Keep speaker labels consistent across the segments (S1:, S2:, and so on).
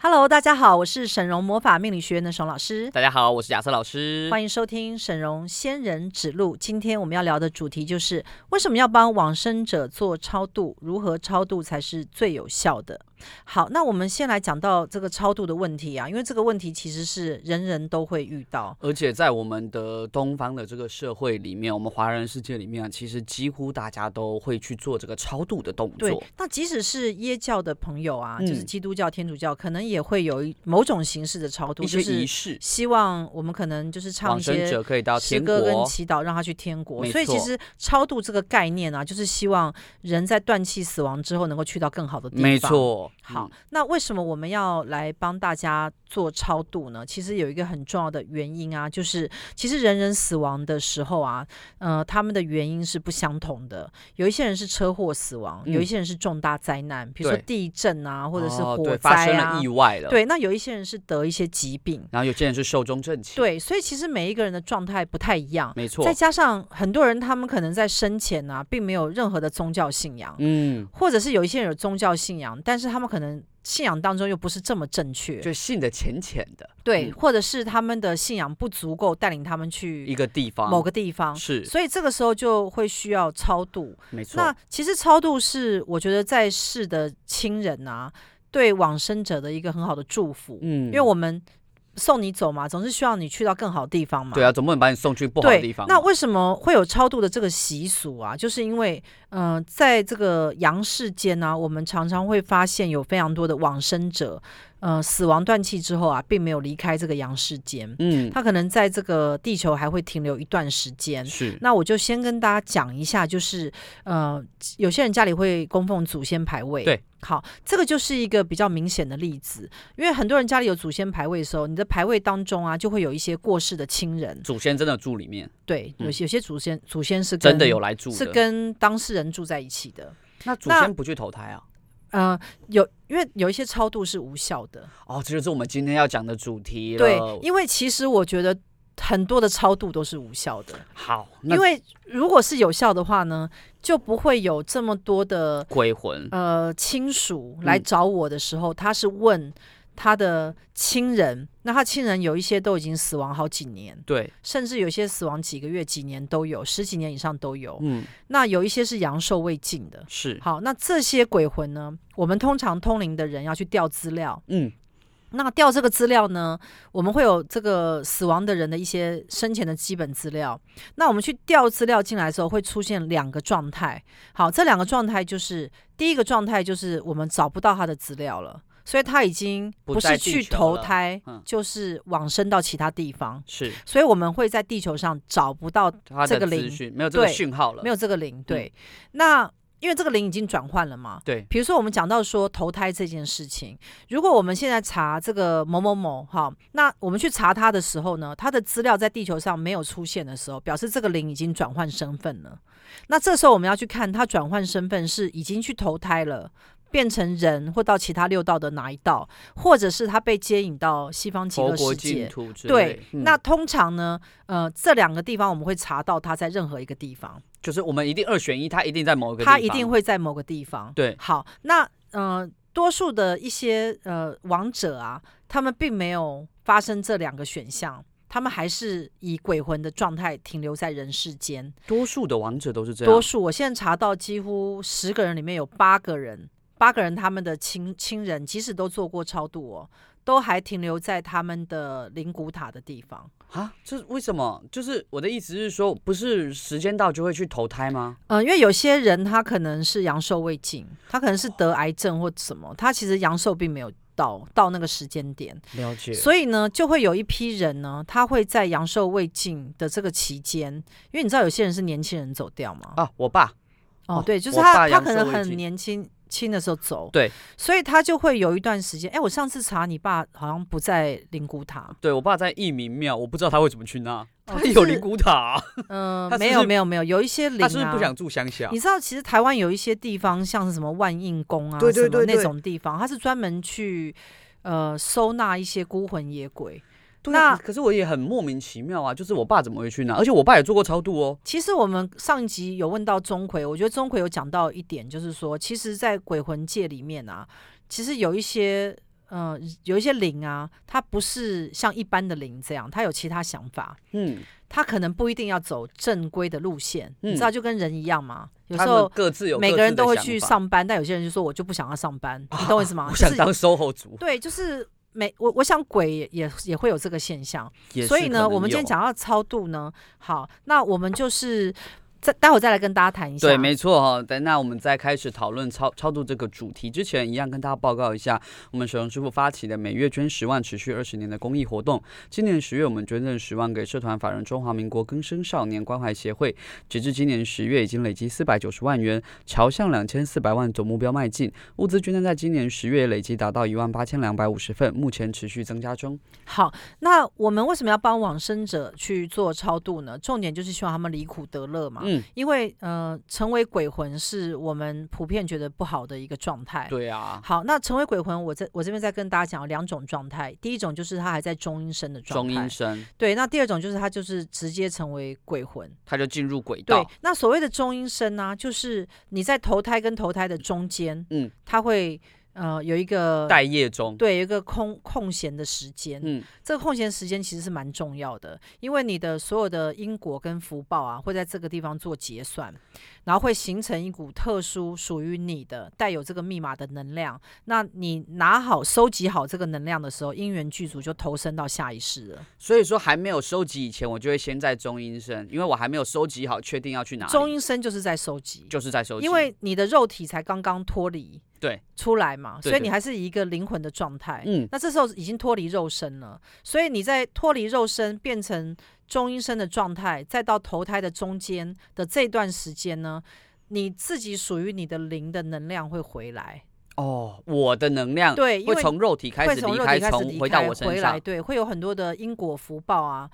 S1: Hello，大家好，我是沈荣魔法命理学院的沈老师，
S2: 大家好，我是亚瑟老师。
S1: 欢迎收听沈荣仙人指路。今天我们要聊的主题就是为什么要帮往生者做超度，如何超度才是最有效的。好，那我们先来讲到这个超度的问题啊，因为这个问题其实是人人都会遇到。
S2: 而且在我们的东方的这个社会里面，我们华人世界里面啊，其实几乎大家都会去做这个超度的动
S1: 对
S2: 作。，
S1: 那即使是耶教的朋友啊，就是
S2: 嗯
S1: 基督教、天主教，可能也会有一某种形式的超度，
S2: 一
S1: 就
S2: 些仪
S1: 是
S2: 式，
S1: 希望我们可能就是唱
S2: 往
S1: 一
S2: 生
S1: 些
S2: 者可以到
S1: 诗
S2: 天
S1: 歌跟
S2: 国。
S1: 祈祷，让他去天国。
S2: 没
S1: 所以其
S2: 错
S1: 实超度这个概念啊，就是希望人在断气死亡之后，能够去到更好的地方。
S2: 没。错，
S1: 好
S2: 嗯，，
S1: 那为什么我们要来帮大家做超度呢？其实有一个很重要的原因啊，就是其实人人死亡的时候啊，呃，他们的原因是不相同的。有一些人是车祸死亡，有一
S2: 嗯
S1: 些人是重大灾难，比如说
S2: 对
S1: 地震啊，或者是
S2: 哦
S1: 火
S2: 对发
S1: 灾
S2: 生
S1: 啊
S2: 了意。外了。，
S1: 对，那有一些人是得一些疾病。
S2: 然后有些人是寿终正寝。，
S1: 对，所以其实每一个人的状态不太一样。
S2: 没错
S1: 再。加上很多人他们可能在生前啊，并没有任何的宗教信仰，
S2: 嗯，
S1: 或者是有一些人有宗教信仰，但是他们可能信仰当中又不是这么正确，
S2: 就信的浅浅的
S1: 对，
S2: 嗯
S1: 或者是他们的信仰不足够带领他们
S2: 一
S1: 去
S2: 个地方，
S1: 某个地方。
S2: 是
S1: 所以这个时候就会需要超度。
S2: 没错。
S1: 那其实超度是我觉得在世的亲人啊，对往生者的一个很好的祝福，
S2: 嗯，
S1: 因为我们送你走嘛，总是希望你去到更好的地方嘛。
S2: 对啊，总不能把你送去不好
S1: 对，
S2: 的地方嘛。
S1: 那为什么会有超度的这个习俗啊？就是因为，嗯、在这个阳世间呢、我们常常会发现有非常多的往生者，呃，死亡断气之后啊，并没有离开这个阳世间，
S2: 嗯，
S1: 他可能在这个地球还会停留一段时间。
S2: 是
S1: 那我就先跟大家讲一下，就是呃，有些人家里会供奉祖先牌位，
S2: 对，
S1: 好，这个就是一个比较明显的例子，因为很多人家里有祖先牌位的时候，你的牌位当中啊，就会有一些过世的亲人，
S2: 祖先真的住里面，
S1: 对，有
S2: 嗯
S1: 些有些祖先祖先是
S2: 真的
S1: 跟
S2: 有来住
S1: 是
S2: 的。
S1: 跟当事人住在一起的。
S2: 那祖
S1: 那
S2: 先不去投胎啊？
S1: 呃，有因为有一些超度是无效的，
S2: 哦，这就是我们今天要讲的主题了。
S1: 对，因为其实我觉得很多的超度都是无效的，
S2: 好，那
S1: 因为如果是有效的话呢，就不会有这么多的
S2: 鬼魂，
S1: 呃亲属来
S2: 嗯
S1: 找我的时候，他是问他的亲人，那他亲人有一些都已经死亡好几年，
S2: 对，
S1: 甚至有些死亡几个月、几年都有，十几年以上都有，
S2: 嗯，
S1: 那有一些是阳寿未尽的。
S2: 是，
S1: 哦好，那这些鬼魂呢？我们通常通灵的人要去调资料。
S2: 嗯，
S1: 那调这个资料呢，我们会有这个死亡的人的一些生前的基本资料。那我们去调资料进来的时候，会出现两个状态。好，这两个状态就是第一个状态就是我们找不到他的资料了，所以他已经
S2: 不
S1: 不是
S2: 在地
S1: 去
S2: 球
S1: 投
S2: 了
S1: 胎，
S2: 嗯
S1: 就是往生到其他地方。
S2: 是
S1: 所以我们会在地球上找不到
S2: 他
S1: 这
S2: 的
S1: 个
S2: 资
S1: 灵
S2: 讯没有这个
S1: 对
S2: 讯号了，
S1: 没
S2: 有
S1: 有这个灵。
S2: 嗯
S1: 对，那因为这个灵已经转换了嘛，
S2: 对，
S1: 比如说，我们讲到说投胎这件事情，如果我们现在查这个某某某哈，那我们去查他的时候呢，他的资料在地球上没有出现的时候，表示这个灵已经转换身份了。那这时候我们要去看他转换身份是已经去投胎了。变成人，或到其他六道的哪一道，或者是他被接引到西方极
S2: 佛
S1: 乐
S2: 国
S1: 世
S2: 净
S1: 界。
S2: 土之
S1: 对
S2: 类，，嗯
S1: 那通常呢，呃，这两个地方我们会查到他在任何一个地方，
S2: 就是我们一定二选一，他一定在某一个，
S1: 他一定，会在某个地方。
S2: 对，
S1: 好，那呃，多数的一些呃王者啊，他们并没有发生这两个选项，他们还是以鬼魂的状态停留在人世间。
S2: 多数的王者都是这样
S1: 多，数我现在查到，几乎十个人里面有八个人，八个人他们的亲亲人，即使都做过超度哦，都还停留在他们的灵骨塔的地方。
S2: 啊，这为什么？就是我的意思是说，不是时间到就会去投胎吗？
S1: 嗯、因为有些人他可能是阳寿未尽，他可能是得癌症或什么，他其实阳寿并没有到到那个时间点，
S2: 了解，
S1: 所以呢，就会有一批人呢，他会在阳寿未尽的这个期间，因为你知道有些人是年轻人走掉嘛，
S2: 啊，我爸
S1: 哦
S2: 哦，
S1: 对，就是
S2: 我
S1: 他
S2: 爸
S1: 他
S2: 阳
S1: 可
S2: 寿
S1: 能
S2: 未
S1: 很
S2: 尽
S1: 年轻轻的时候走，
S2: 对，
S1: 所以他就会有一段时间，哎，我上次查你爸好像不在灵谷 塔，
S2: 对我爸在义民庙，我不知道他为什么去那，他
S1: 就
S2: 有
S1: 哦是
S2: 灵骨塔啊，
S1: 嗯、
S2: 他是
S1: 没
S2: 不
S1: 有
S2: 是
S1: 没有没有，有一些灵、啊，
S2: 他是不是不想住乡下
S1: 你？知道，其实台湾有一些地方，像是什么万应宫啊，
S2: 对对
S1: 什
S2: 对
S1: 么那
S2: 对
S1: 种地方，它是专门去呃收纳一些孤魂野鬼。
S2: 对啊
S1: 那
S2: 可是我也很莫名其妙啊，就是我爸怎么会去那？而且我爸也做过超度哦，
S1: 其实我们上一集有问到钟馗，我觉得钟馗有讲到一点，就是说，其实，在鬼魂界里面啊，其实有一些呃，有一些灵啊，它不是像一般的灵这样，它有其他想法，
S2: 嗯，
S1: 它可能不一定要走正规的路线，你知道，就跟人一样嘛。有时
S2: 嗯他们
S1: 候
S2: 各自有
S1: 每
S2: 各
S1: 个人
S2: 自
S1: 都
S2: 的
S1: 会
S2: 想
S1: 去
S2: 法，
S1: 上班，但有些人就说我就不想要上班，你懂我意思吗？
S2: 我
S1: 就
S2: 想
S1: 是
S2: 当售后族，
S1: 对，就是每我我想鬼也也也会有这个现象。
S2: 也
S1: 所
S2: 是
S1: 以
S2: 可
S1: 呢，
S2: 能
S1: 我们今天
S2: 有啊
S1: 讲到超度呢，好，那我们就是再待会再来跟大家谈一下。
S2: 对，没错哈、等那我们在开始讨论超超度这个主题之前，一样跟大家报告一下，我们水龙师傅发起的每月捐十万、持续二十年的公益活动。今年十月，我们捐赠十万给社团法人中华民国更生少年关怀协会，截至今年十月，已经累积四百九十万元，朝向两千四百万总目标迈进。物资捐赠在今年十月累计达到一万八千两百五十份，目前持续增加中。
S1: 好，那我们为什么要帮往生者去做超度呢？重点就是希望他们离苦得乐嘛。
S2: 嗯，
S1: 因为呃，成为鬼魂是我们普遍觉得不好的一个状态。
S2: 对啊，
S1: 好，那成为鬼魂，我这我这边再跟大家讲有两种状态。第一种就是他还在中阴身的状
S2: 中
S1: 态，
S2: 阴身，
S1: 对。那第二种就是他就是直接成为鬼魂，
S2: 他就进入轨
S1: 对
S2: 道。，
S1: 那所谓的中阴身呢、就是你在投胎跟投胎的中间，
S2: 嗯，
S1: 它会呃有一个
S2: 待业中。
S1: 对有一个空空闲的时间，
S2: 嗯，
S1: 这个空闲时间其实是蛮重要的，因为你的所有的因果跟福报啊，会在这个地方做结算，然后会形成一股特殊属于你的带有这个密码的能量。那你拿好、收集好这个能量的时候，因缘具足就投身到下一世了。
S2: 所以说还没有收集以前，我就会先在中阴身，因为我还没有收集好，确定要去哪里，
S1: 中阴身就是在收集，
S2: 就是在收集，
S1: 因为你的肉体才刚刚脱离，
S2: 对，
S1: 出来嘛，
S2: 对
S1: 所以
S2: 对
S1: 你还是以一个灵魂的状态。
S2: 嗯，
S1: 那这时候已经脱离肉身了，所以你在脱离肉身变成中阴身的状态，再到投胎的中间的这段时间呢，你自己属于你的灵的能量会回来，
S2: 哦，我的能量
S1: 对，因
S2: 会
S1: 为
S2: 从肉体开
S1: 会
S2: 始
S1: 从
S2: 离
S1: 肉体开始
S2: 从
S1: 离
S2: 回
S1: 开
S2: 到我身
S1: 回来，
S2: 上，
S1: 对，会有很多的因果福报啊。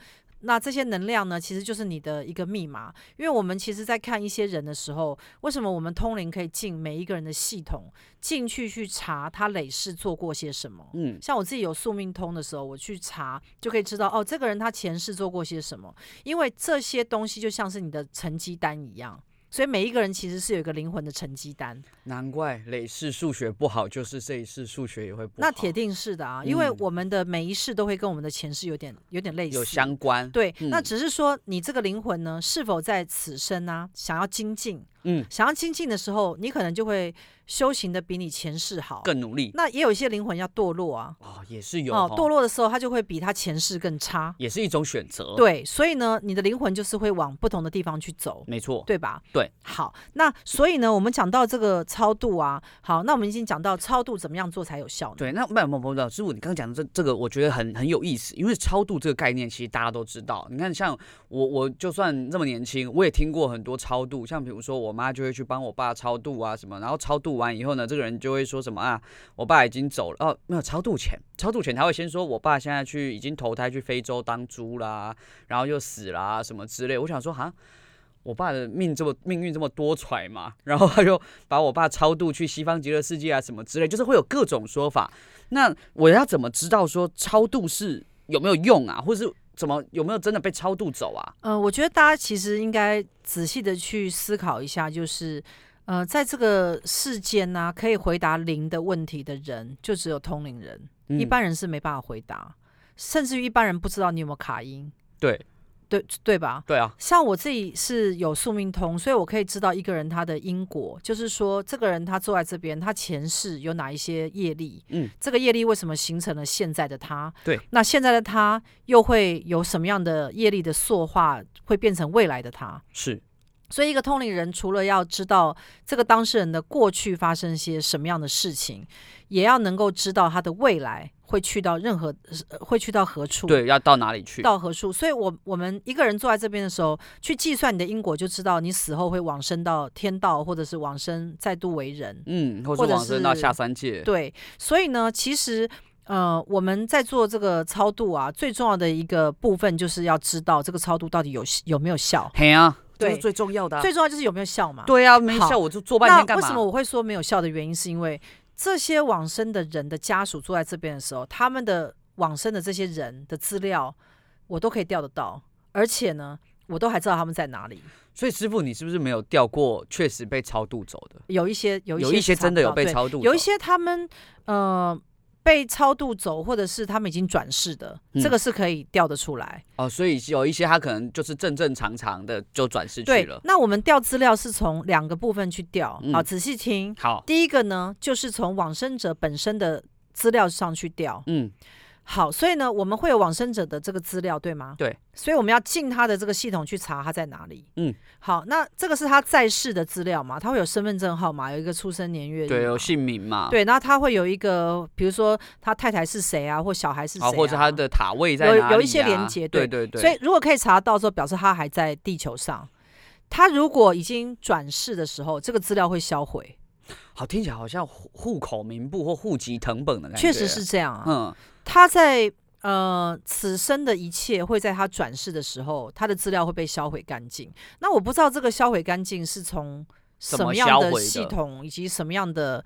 S1: 那这些能量呢，其实就是你的一个密码。因为我们其实，在看一些人的时候，为什么我们通灵可以进每一个人的系统，进去去查他累世做过些什么？
S2: 嗯，
S1: 像我自己有宿命通的时候，我去查就可以知道哦，这个人他前世做过些什么。因为这些东西就像是你的成绩单一样，所以每一个人其实是有一个灵魂的成绩单。
S2: 难怪累世数学不好，就是这一世数学也会不好，
S1: 那铁定是的啊，因为
S2: 嗯
S1: 我们的每一世都会跟我们的前世有点有点类似，
S2: 有相关，
S1: 对。那
S2: 嗯
S1: 只是说你这个灵魂呢，是否在此生呢、想要精进，
S2: 嗯，
S1: 想要精进的时候，你可能就会修行的比你前世好。
S2: 更努力
S1: 那也有一些灵魂要堕落啊，
S2: 哦，也是有
S1: 哦，
S2: 哦
S1: 堕落的时候他就会比他前世更差。
S2: 也是一种选择，，
S1: 对，所以呢，你的灵魂就是会往不同的地方去走。
S2: 没错，
S1: 对吧？
S2: 嗯对，
S1: 好，那所以呢，我们讲到这个超度啊，好，那我们已经讲到超度怎么样做才有效呢？
S2: 对，那没有没有，师傅，你刚刚讲的这这个，我觉得很很有意思，因为超度这个概念其实大家都知道。你看，像我我就算这么年轻，我也听过很多超度，像比如说我妈就会去帮我爸超度啊什么，然后超度完以后呢，这个人就会说什么啊，我爸已经走了哦，没有超度前，超度前他会先说我爸现在去已经投胎去非洲当猪啦，然后又死啦什么之类。我想说哈。我爸的命这么命运这么多舛嘛，然后他就把我爸超度去西方极乐世界啊什么之类，就是会有各种说法。那我要怎么知道说超度是有没有用啊，或是怎么有没有真的被超度走啊？
S1: 呃，我觉得大家其实应该仔细的去思考一下，就是，呃，在这个世间呢、可以回答零的问题的人，就只有通灵人，一
S2: 嗯
S1: 般人是没办法回答，甚至于一般人不知道你有没有卡音，
S2: 对
S1: 对对吧？
S2: 对啊，
S1: 像我自己是有宿命通，所以我可以知道一个人他的因果，就是说这个人他坐在这边，他前世有哪一些业力，
S2: 嗯，
S1: 这个业力为什么形成了现在的他？
S2: 对，
S1: 那现在的他又会有什么样的业力的塑化，会变成未来的他？
S2: 是
S1: 所以，一个通灵人除了要知道这个当事人的过去发生些什么样的事情，也要能够知道他的未来会去到任何呃会去到何处。
S2: 对，要到哪里去？
S1: 到何处？所以我，我们一个人坐在这边的时候，去计算你的因果，就知道你死后会往生到天道，或者是往生再度为人。
S2: 嗯，或
S1: 或
S2: 是
S1: 者
S2: 往生到
S1: 是
S2: 下三界。
S1: 对，所以呢，其实。呃，我们在做这个超度啊，最重要的一个部分就是要知道这个超度到底有有没有效。
S2: 嘿啊，这
S1: 对
S2: 是最重要的啊、
S1: 最重要就是有没有效嘛。
S2: 对啊，没
S1: 好
S2: 效我就做半天
S1: 那
S2: 干
S1: 为
S2: 嘛？
S1: 什么我会说没有效的原因，是因为这些往生的人的家属坐在这边的时候，他们的往生的这些人的资料，我都可以调得到，而且呢，我都还知道他们在哪里。
S2: 所以师傅，你是不是没有掉过确实被超度走的？
S1: 有一些有一
S2: 有一些
S1: 些查
S2: 真
S1: 不
S2: 的有
S1: 到
S2: 被
S1: 对
S2: 超度走，
S1: 有一些他们呃被超度走，或者是他们已经转世的，
S2: 嗯
S1: 这个是可以调得出来。
S2: 哦，所以有一些他可能就是正正常常的就转世去
S1: 对
S2: 了，。
S1: 那我们调资料是从两个部分去调，
S2: 嗯
S1: 好，仔细听。
S2: 好，
S1: 第一个呢，就是从往生者本身的资料上去调。
S2: 嗯，
S1: 好，所以呢，我们会有往生者的这个资料，对吗？
S2: 对，
S1: 所以我们要进他的这个系统去查他在哪里。
S2: 嗯，
S1: 好，那这个是他在世的资料嘛？他会有身份证号码，有一个出生年月日嘛，
S2: 对，有姓名嘛，，
S1: 对，那他会有一个，比如说他太太是谁啊，或小孩是谁、啊
S2: 好，或者他。的塔位在
S1: 有
S2: 哪里
S1: 有一些
S2: 呀
S1: 连结
S2: 对对对，
S1: 所以如果可以查到之后，表示他还在地球上。他如果已经转世的时候，这个资料会销毁，
S2: 好听起来好像户户口名簿或户籍成本的感觉，
S1: 确实是，这样啊。
S2: 嗯，
S1: 他在呃此生的一切会在他转世的时候，他的资料会被销毁干净。那我不知道这个销毁干净是从什
S2: 怎么
S1: 么样
S2: 销
S1: 的
S2: 毁的
S1: 系统以及什么样的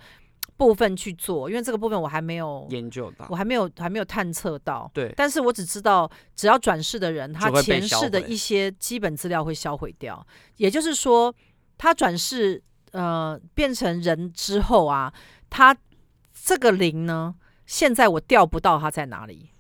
S1: 部分去做，因为这个部分我还没有，
S2: 研究到
S1: 我，还没有还没有探测到。
S2: 对，
S1: 但是我只知道，只要转世的人，他
S2: 就会被
S1: 前
S2: 销
S1: 世的
S2: 毁
S1: 一些基本资料会销毁掉。也就是说，他转世呃变成人之后啊，他这个灵呢，现在我调不到他在哪里，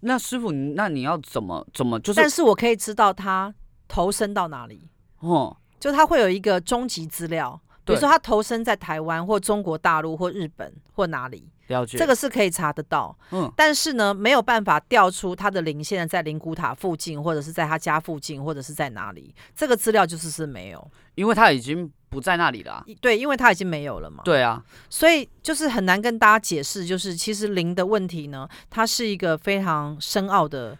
S2: 那师傅，你那你要怎么怎么就是
S1: 但，是我可以知道他投身到哪里，
S2: 哦，
S1: 就他会有一个终极资料。比如
S2: 对
S1: 说他投身在台湾或中国大陆或日本或哪里，
S2: 了解
S1: 这个是可以查得到。
S2: 嗯，
S1: 但是呢，没有办法调出他的灵现在在灵骨塔附近，或者是在他家附近，或者是在哪里，这个资料就是是没有。
S2: 因为他已经不在那里了啊，
S1: 一对，因为他已经没有了嘛。，
S2: 对啊，
S1: 所以就是很难跟大家解释，就是其实灵的问题呢，它是一个非常深奥的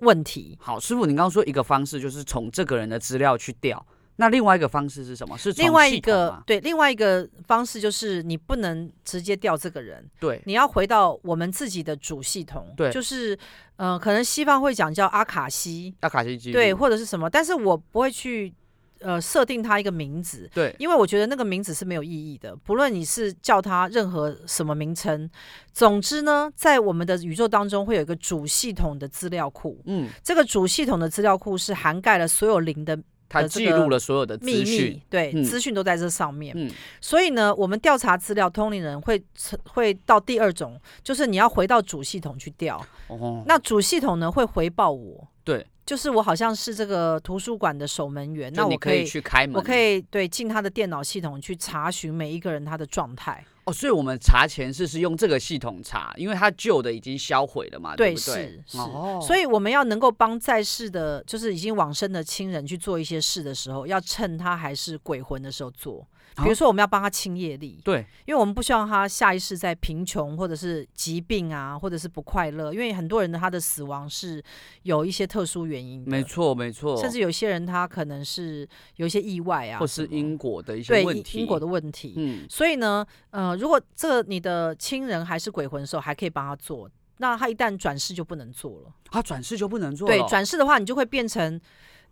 S1: 问题。
S2: 好，师傅，你刚刚说一个方式就是从这个人的资料去调，那另外一个方式是什么？是从
S1: 另外一
S2: 系统啊
S1: 个
S2: 吗
S1: 对，另外一个方式就是你不能直接调这个人，
S2: 对
S1: 你要回到我们自己的主系统，
S2: 对
S1: 就是呃，可能西方会讲叫阿卡西，
S2: 阿卡西记录，
S1: 对，或者是什么，但是我不会去呃设定它一个名字，
S2: 对
S1: 因为我觉得那个名字是没有意义的，不论你是叫它任何什么名称。总之呢，在我们的宇宙当中会有一个主系统的资料库，
S2: 嗯，
S1: 这个主系统的资料库是涵盖了所有零的
S2: 他
S1: 的这
S2: 记
S1: 个
S2: 录了所有的
S1: 秘
S2: 资讯，
S1: 密，对，
S2: 嗯
S1: 资讯都在这上面。
S2: 嗯，
S1: 所以呢，我们调查资料，通灵人会会到第二种，就是你要回到主系统去调。
S2: 哦，
S1: 那主系统呢会回报我，
S2: 对，
S1: 就是我好像是这个图书馆的守门员，
S2: 就
S1: 那
S2: 你
S1: 我
S2: 可
S1: 以
S2: 以去开门，
S1: 我可以对进他的电脑系统去查询每一个人他的状态，
S2: 哦，所以我们查前世是用这个系统查，因为它旧的已经销毁了嘛，对不对
S1: 是？是。
S2: 哦，
S1: 所
S2: 以
S1: 以我们要能够帮在世的，就是已经往生的亲人去做一些事的时候，要趁他还是鬼魂的时候做。比如
S2: 啊
S1: 说，我们要帮他清业力，
S2: 对
S1: 因为我们不希望他下一世在贫穷或者是疾病啊，或者是不快乐。因为很多人的他的死亡是有一些特殊原因的，
S2: 没错没错，
S1: 呃甚至有些人他可能是有一些意外啊，
S2: 或是
S1: 什么
S2: 因果的一
S1: 对
S2: 些问
S1: 因
S2: 题，
S1: 因果的问题。
S2: 嗯
S1: 所以呢，呃，如果这个你的亲人还是鬼魂的时候，还可以帮他做。那他一旦转世就不能做了。
S2: 啊，转世就不能做
S1: 对，
S2: 了
S1: 转世的话，你就会变成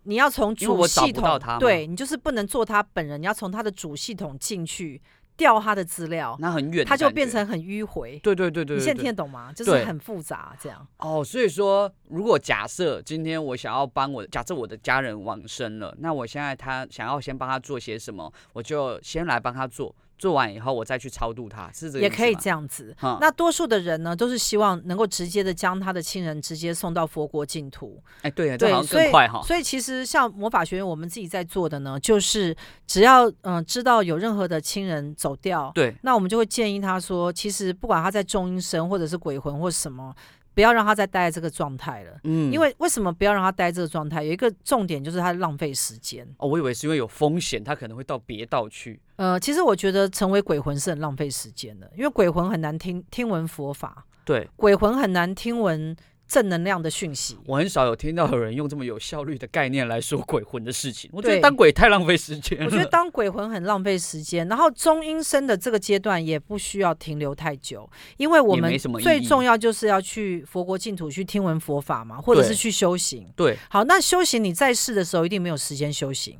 S1: 你要从
S2: 因为
S1: 主
S2: 我找
S1: 系
S2: 不到
S1: 统
S2: 他，嘛
S1: 对你就是不能做他本人，你要从他的主系统进去调他的资料，
S2: 那很远的感觉，
S1: 他就变成很迂回。
S2: 对对对对，
S1: 你
S2: 对
S1: 现在
S2: 对
S1: 听得懂吗？就是
S2: 对
S1: 很复杂这样。
S2: 哦，所以说，如果假设今天我想要帮我的，假设我的家人往生了，那我现在他想要先帮他做些什么，我就先来帮他做，做完以后我再去超度他，是这个
S1: 也
S2: 意思
S1: 可以
S2: 吗
S1: 这样子。
S2: 哈
S1: 那多数的人呢，都是希望能够直接的将他的亲人直接送到佛国净土。
S2: 哎，对啊，这
S1: 对
S2: 好像
S1: 所以
S2: 更快哈。
S1: 所以其实像魔法学院，我们自己在做的呢，就是只要嗯、呃知道有任何的亲人走掉，
S2: 对，
S1: 那我们就会建议他说，其实不管他在中阴身或者是鬼魂或什么，不要让他再待在这个状态了。
S2: 嗯，
S1: 因为为什么不要让他待这个状态？有一个重点就是他浪费时间。
S2: 哦，我以为是因为有风险，他可能会到别道去。
S1: 呃，其实我觉得成为鬼魂是很浪费时间的，因为鬼魂很难听听闻佛法，
S2: 对
S1: 鬼魂很难听闻正能量的讯息。
S2: 我很少有听到有人用这么有效率的概念来说鬼魂的事情。我觉得
S1: 对
S2: 当鬼太浪费时间了。
S1: 我觉 得当鬼魂很浪费时间，然后中阴身的这个阶段也不需要停留太久，因为我
S2: 也
S1: 们
S2: 没什么意义
S1: 最重要就是要去佛国净土去听闻佛法嘛，或者是去修行。
S2: 对
S1: 好，那修行你在世的时候一定没有时间修行，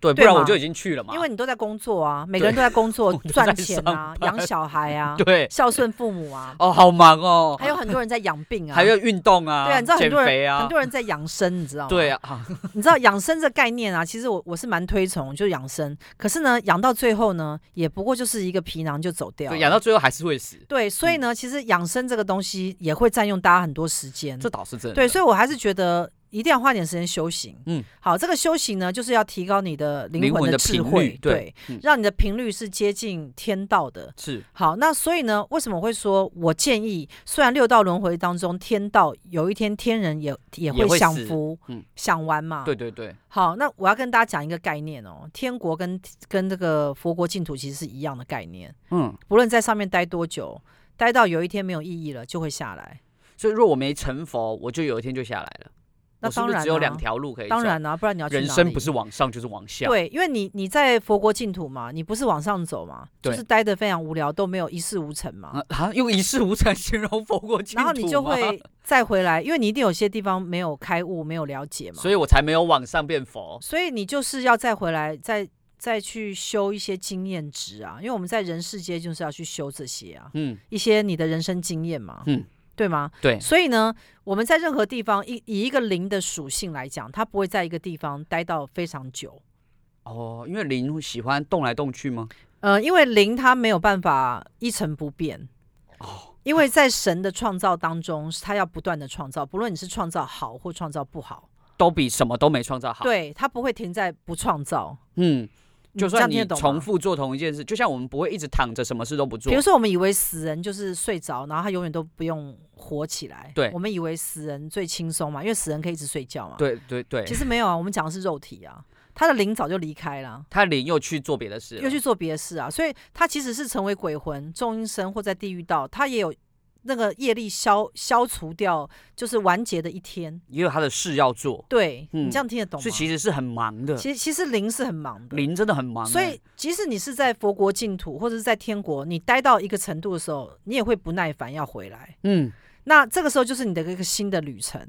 S2: 对，不
S1: 对
S2: 然我
S1: 嘛
S2: 就已经去了嘛。
S1: 因为你都在工作啊，每个人都在工作
S2: 我都在
S1: 赚钱啊，
S2: 上班
S1: 养小孩啊，
S2: 对，
S1: 孝顺父母啊，
S2: 哦，好忙哦，
S1: 还有很多人在养病啊，
S2: 还要运动啊，
S1: 对啊，你知道很
S2: 减
S1: 多
S2: 肥
S1: 人、
S2: 啊，
S1: 很多人在养生，你知道吗？
S2: 对啊，
S1: 你知道养生这概念啊，其实我我是蛮推崇，就是养生。可是呢，养到最后呢，也不过就是一个皮囊就走掉了
S2: 对，养到嗯最后还是会死，
S1: 对，所以呢，其实养生这个东西也会占用大家很多时间。
S2: 这倒是真的。
S1: 对，所以我还是觉得一定要花点时间修行。
S2: 嗯，
S1: 好，这个修行呢，就是要提高你的灵
S2: 灵
S1: 魂
S2: 魂的
S1: 智
S2: 频
S1: 慧，
S2: 率对嗯
S1: 让你的频率是接近天道的。
S2: 是
S1: 好，那所以呢，为什么会说我建议，虽然六道轮回当中，天道有一天天人也也
S2: 也
S1: 会
S2: 会
S1: 享
S2: 死
S1: 福，
S2: 嗯
S1: 享完嘛。
S2: 对对对，
S1: 好，那我要跟大家讲一个概念哦，天国跟跟这个佛国净土其实是一样的概念，
S2: 嗯，
S1: 不论在上面待多久，待到有一天没有意义了，就会下来。
S2: 所以若我没成佛，我就有一天就下来了。
S1: 那
S2: 我是
S1: 当
S2: 不
S1: 然、啊，
S2: 是只有两条路可以走？
S1: 当然啦、不然你要去
S2: 人
S1: 哪
S2: 生
S1: 里
S2: 不是往上就是往下。
S1: 对，因为你你在佛国净土嘛，你不是往上走嘛，就
S2: 对
S1: 是待得非常无聊，都没有一事无成嘛。
S2: 啊，啊用一事无成形容佛国净土
S1: 然后你就
S2: 吗
S1: 会，再回来，因为你一定有些地方没有开悟，没有了解嘛，
S2: 所以我才没有往上变佛。
S1: 所以你就是要再回来，再再去修一些经验值啊，因为我们在人世间就是要去修这些啊，
S2: 嗯，
S1: 一些你的人生经验嘛，
S2: 嗯，
S1: 对吗？
S2: 对，
S1: 所以呢，我们在任何地方，以以一个灵的属性来讲，它不会在一个地方待到非常久。
S2: 哦，因为灵喜欢动来动去吗？
S1: 呃，因为灵它没有办法一成不变。哦，因为在神的创造当中，它要不断的创造，不论你是创造好或创造不好，
S2: 都比什么都没创造好。，
S1: 对，它不会停在不创造。
S2: 嗯，就算
S1: 你这
S2: 你
S1: 样听得懂
S2: 重
S1: 吗
S2: 复做同一件事，就像我们不会一直躺着，什么事都不做
S1: 比如。说，我们以为死人就是睡着，然后他永远都不用活起来。
S2: 对
S1: 我们以为死人最轻松嘛，因为死人可以一直睡觉嘛。，
S2: 对对对
S1: 其，实没有啊，我们讲的是肉体啊，他的灵早就离开了。啊
S2: 他灵又去做别的事了，
S1: 又去做别的事啊，所以他其实是成为鬼魂、中阴身或在地狱道，他也有那个业力消消除掉，就是完结的一天。
S2: 也有他的事要做，
S1: 对、你
S2: 嗯
S1: 这样听得懂吗？
S2: 所以其
S1: 实
S2: 实是很忙的。
S1: 其其实灵是很忙的，
S2: 灵真的很忙欸，
S1: 所以即使你是在佛国净土或者是在天国，你待到一个程度的时候，你也会不耐烦要回来。
S2: 嗯，
S1: 那这个时候就是你的一个新的旅程，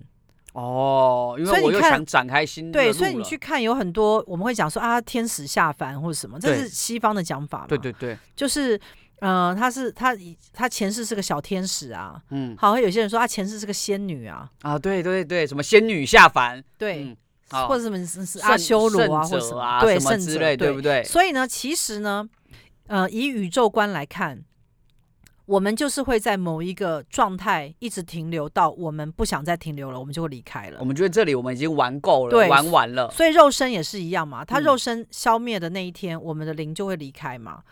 S2: 哦，因
S1: 所以
S2: 为
S1: 你
S2: 我又
S1: 看
S2: 想展开新的
S1: 对，
S2: 路
S1: 所以你
S2: 了
S1: 去，看有很多我们会讲说啊，天使下凡或者什么，这
S2: 对
S1: 是西方的讲法嘛，
S2: 对对对，
S1: 就是呃，他是他以他前世是个小天使啊，
S2: 嗯
S1: 好，有些人说他前世是个仙女啊，
S2: 啊，对对对，什么仙女下凡，
S1: 对，
S2: 嗯好
S1: 或者什么是是
S2: 圣
S1: 阿修罗啊，
S2: 圣
S1: 或者
S2: 者
S1: 什么，
S2: 啊
S1: 对，
S2: 什么
S1: 圣
S2: 之
S1: 者
S2: 类，对不对？
S1: 所以呢，其实呢，呃，以宇宙观来看。我们就是会在某一个状态一直停留到我们不想再停留了，我们就会离开了
S2: 我。们觉得这里我们已经玩够了，
S1: 对
S2: 玩完了，
S1: 所以肉身也是一样嘛，它
S2: 嗯
S1: 肉身消灭的那一天，我们的灵就会离开嘛。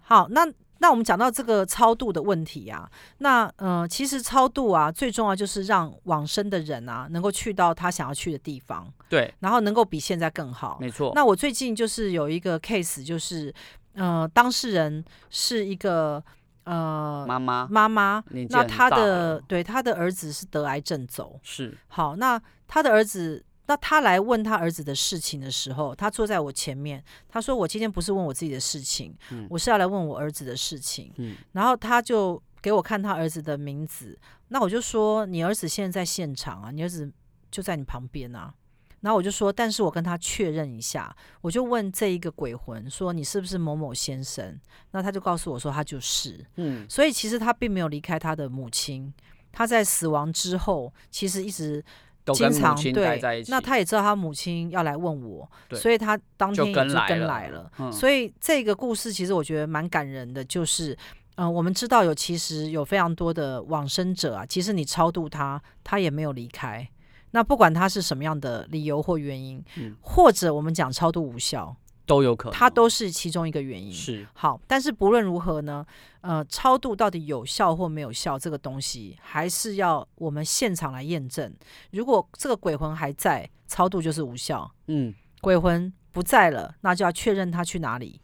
S1: 好，那那我们讲到这个超度的问题啊，那呃，其实超度啊，最重要就是让往生的人啊，能够去到他想要去的地方，
S2: 对，
S1: 然后能够比现在更好。
S2: 没错。
S1: 那我最近就是有一个 case，就是呃，当事人是一个呃
S2: 妈妈
S1: 妈妈，
S2: 年纪
S1: 那
S2: 很
S1: 她
S2: 大
S1: 的
S2: 了
S1: 对她的儿子是得癌症走，
S2: 是
S1: 好，那他的儿子，那他来问他儿子的事情的时候，他坐在我前面，他说：“我今天不是问我自己的事情，
S2: 嗯
S1: 我是要来问我儿子的事情。”
S2: 嗯
S1: 然后他就给我看他儿子的名字，那我就说：“你儿子现在在现场啊，你儿子就在你旁边啊。”然后我就说，但是我跟他确认一下，我就问这一个鬼魂说：“你是不是某某先生？”那他就告诉我说他就是。
S2: 嗯
S1: 所以其实他并没有离开他的母亲，他在死亡之后，其实一直
S2: 都
S1: 经
S2: 跟母
S1: 常
S2: 亲待
S1: 对
S2: 在一起，
S1: 那他也知道他母亲要来问我，
S2: 对
S1: 所以他当
S2: 就
S1: 天也
S2: 跟
S1: 就
S2: 来
S1: 跟
S2: 了
S1: 来了。
S2: 嗯
S1: 所以这个故事其实我觉得蛮感人的，就是，嗯、我们知道有其实有非常多的往生者啊，其实你超度他，他也没有离开。那不管他是什么样的理由或原因，
S2: 嗯
S1: 或者我们讲超度无效，
S2: 都有可能，
S1: 它都是其中一个原因。
S2: 是
S1: 好，但是不论如何呢，呃，超度到底有效或没有效，这个东西还是要我们现场来验证。如果这个鬼魂还在，超度就是无效；
S2: 嗯
S1: 鬼魂不在了，那就要确认他去哪里。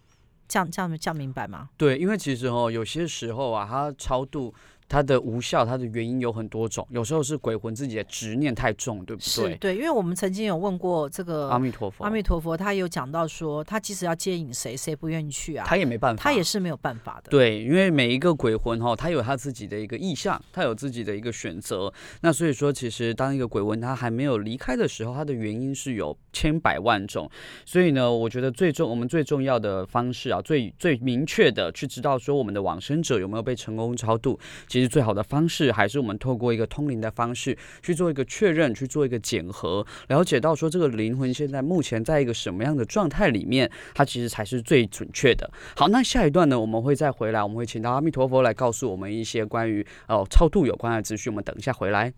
S1: 这样这样这样明白吗？
S2: 对，因为其实哦，有些时候啊，他超度。它的无效，它的原因有很多种，有时候是鬼魂自己的执念太重，对不
S1: 是
S2: 对？
S1: 对，因为我们曾经有问过这
S2: 阿
S1: 个
S2: 弥陀佛，
S1: 阿弥陀佛，他有讲到说，他即使要接引谁，谁不愿意去啊，
S2: 他也没办法，
S1: 他也是没有办法的。
S2: 对，因为每一个鬼魂哈、他有他自己的一个意向，他有自己的一个选择。那所以说，其实当一个鬼魂他还没有离开的时候，他的原因是有千百万种。所以呢，我觉得最重我们最重要的方式啊，最最明确的去知道说我们的往生者有没有被成功超度，其实最好的方式还是我们透过一个通灵的方式去做一个确认，去做一个检核，了解到说这个灵魂现在目前在一个什么样的状态里面，它其实才是最准确的。好，那下一段呢，我们会再回来，我们会请到阿弥陀佛来告诉我们一些关于哦超度有关的资讯。我们等一下回来，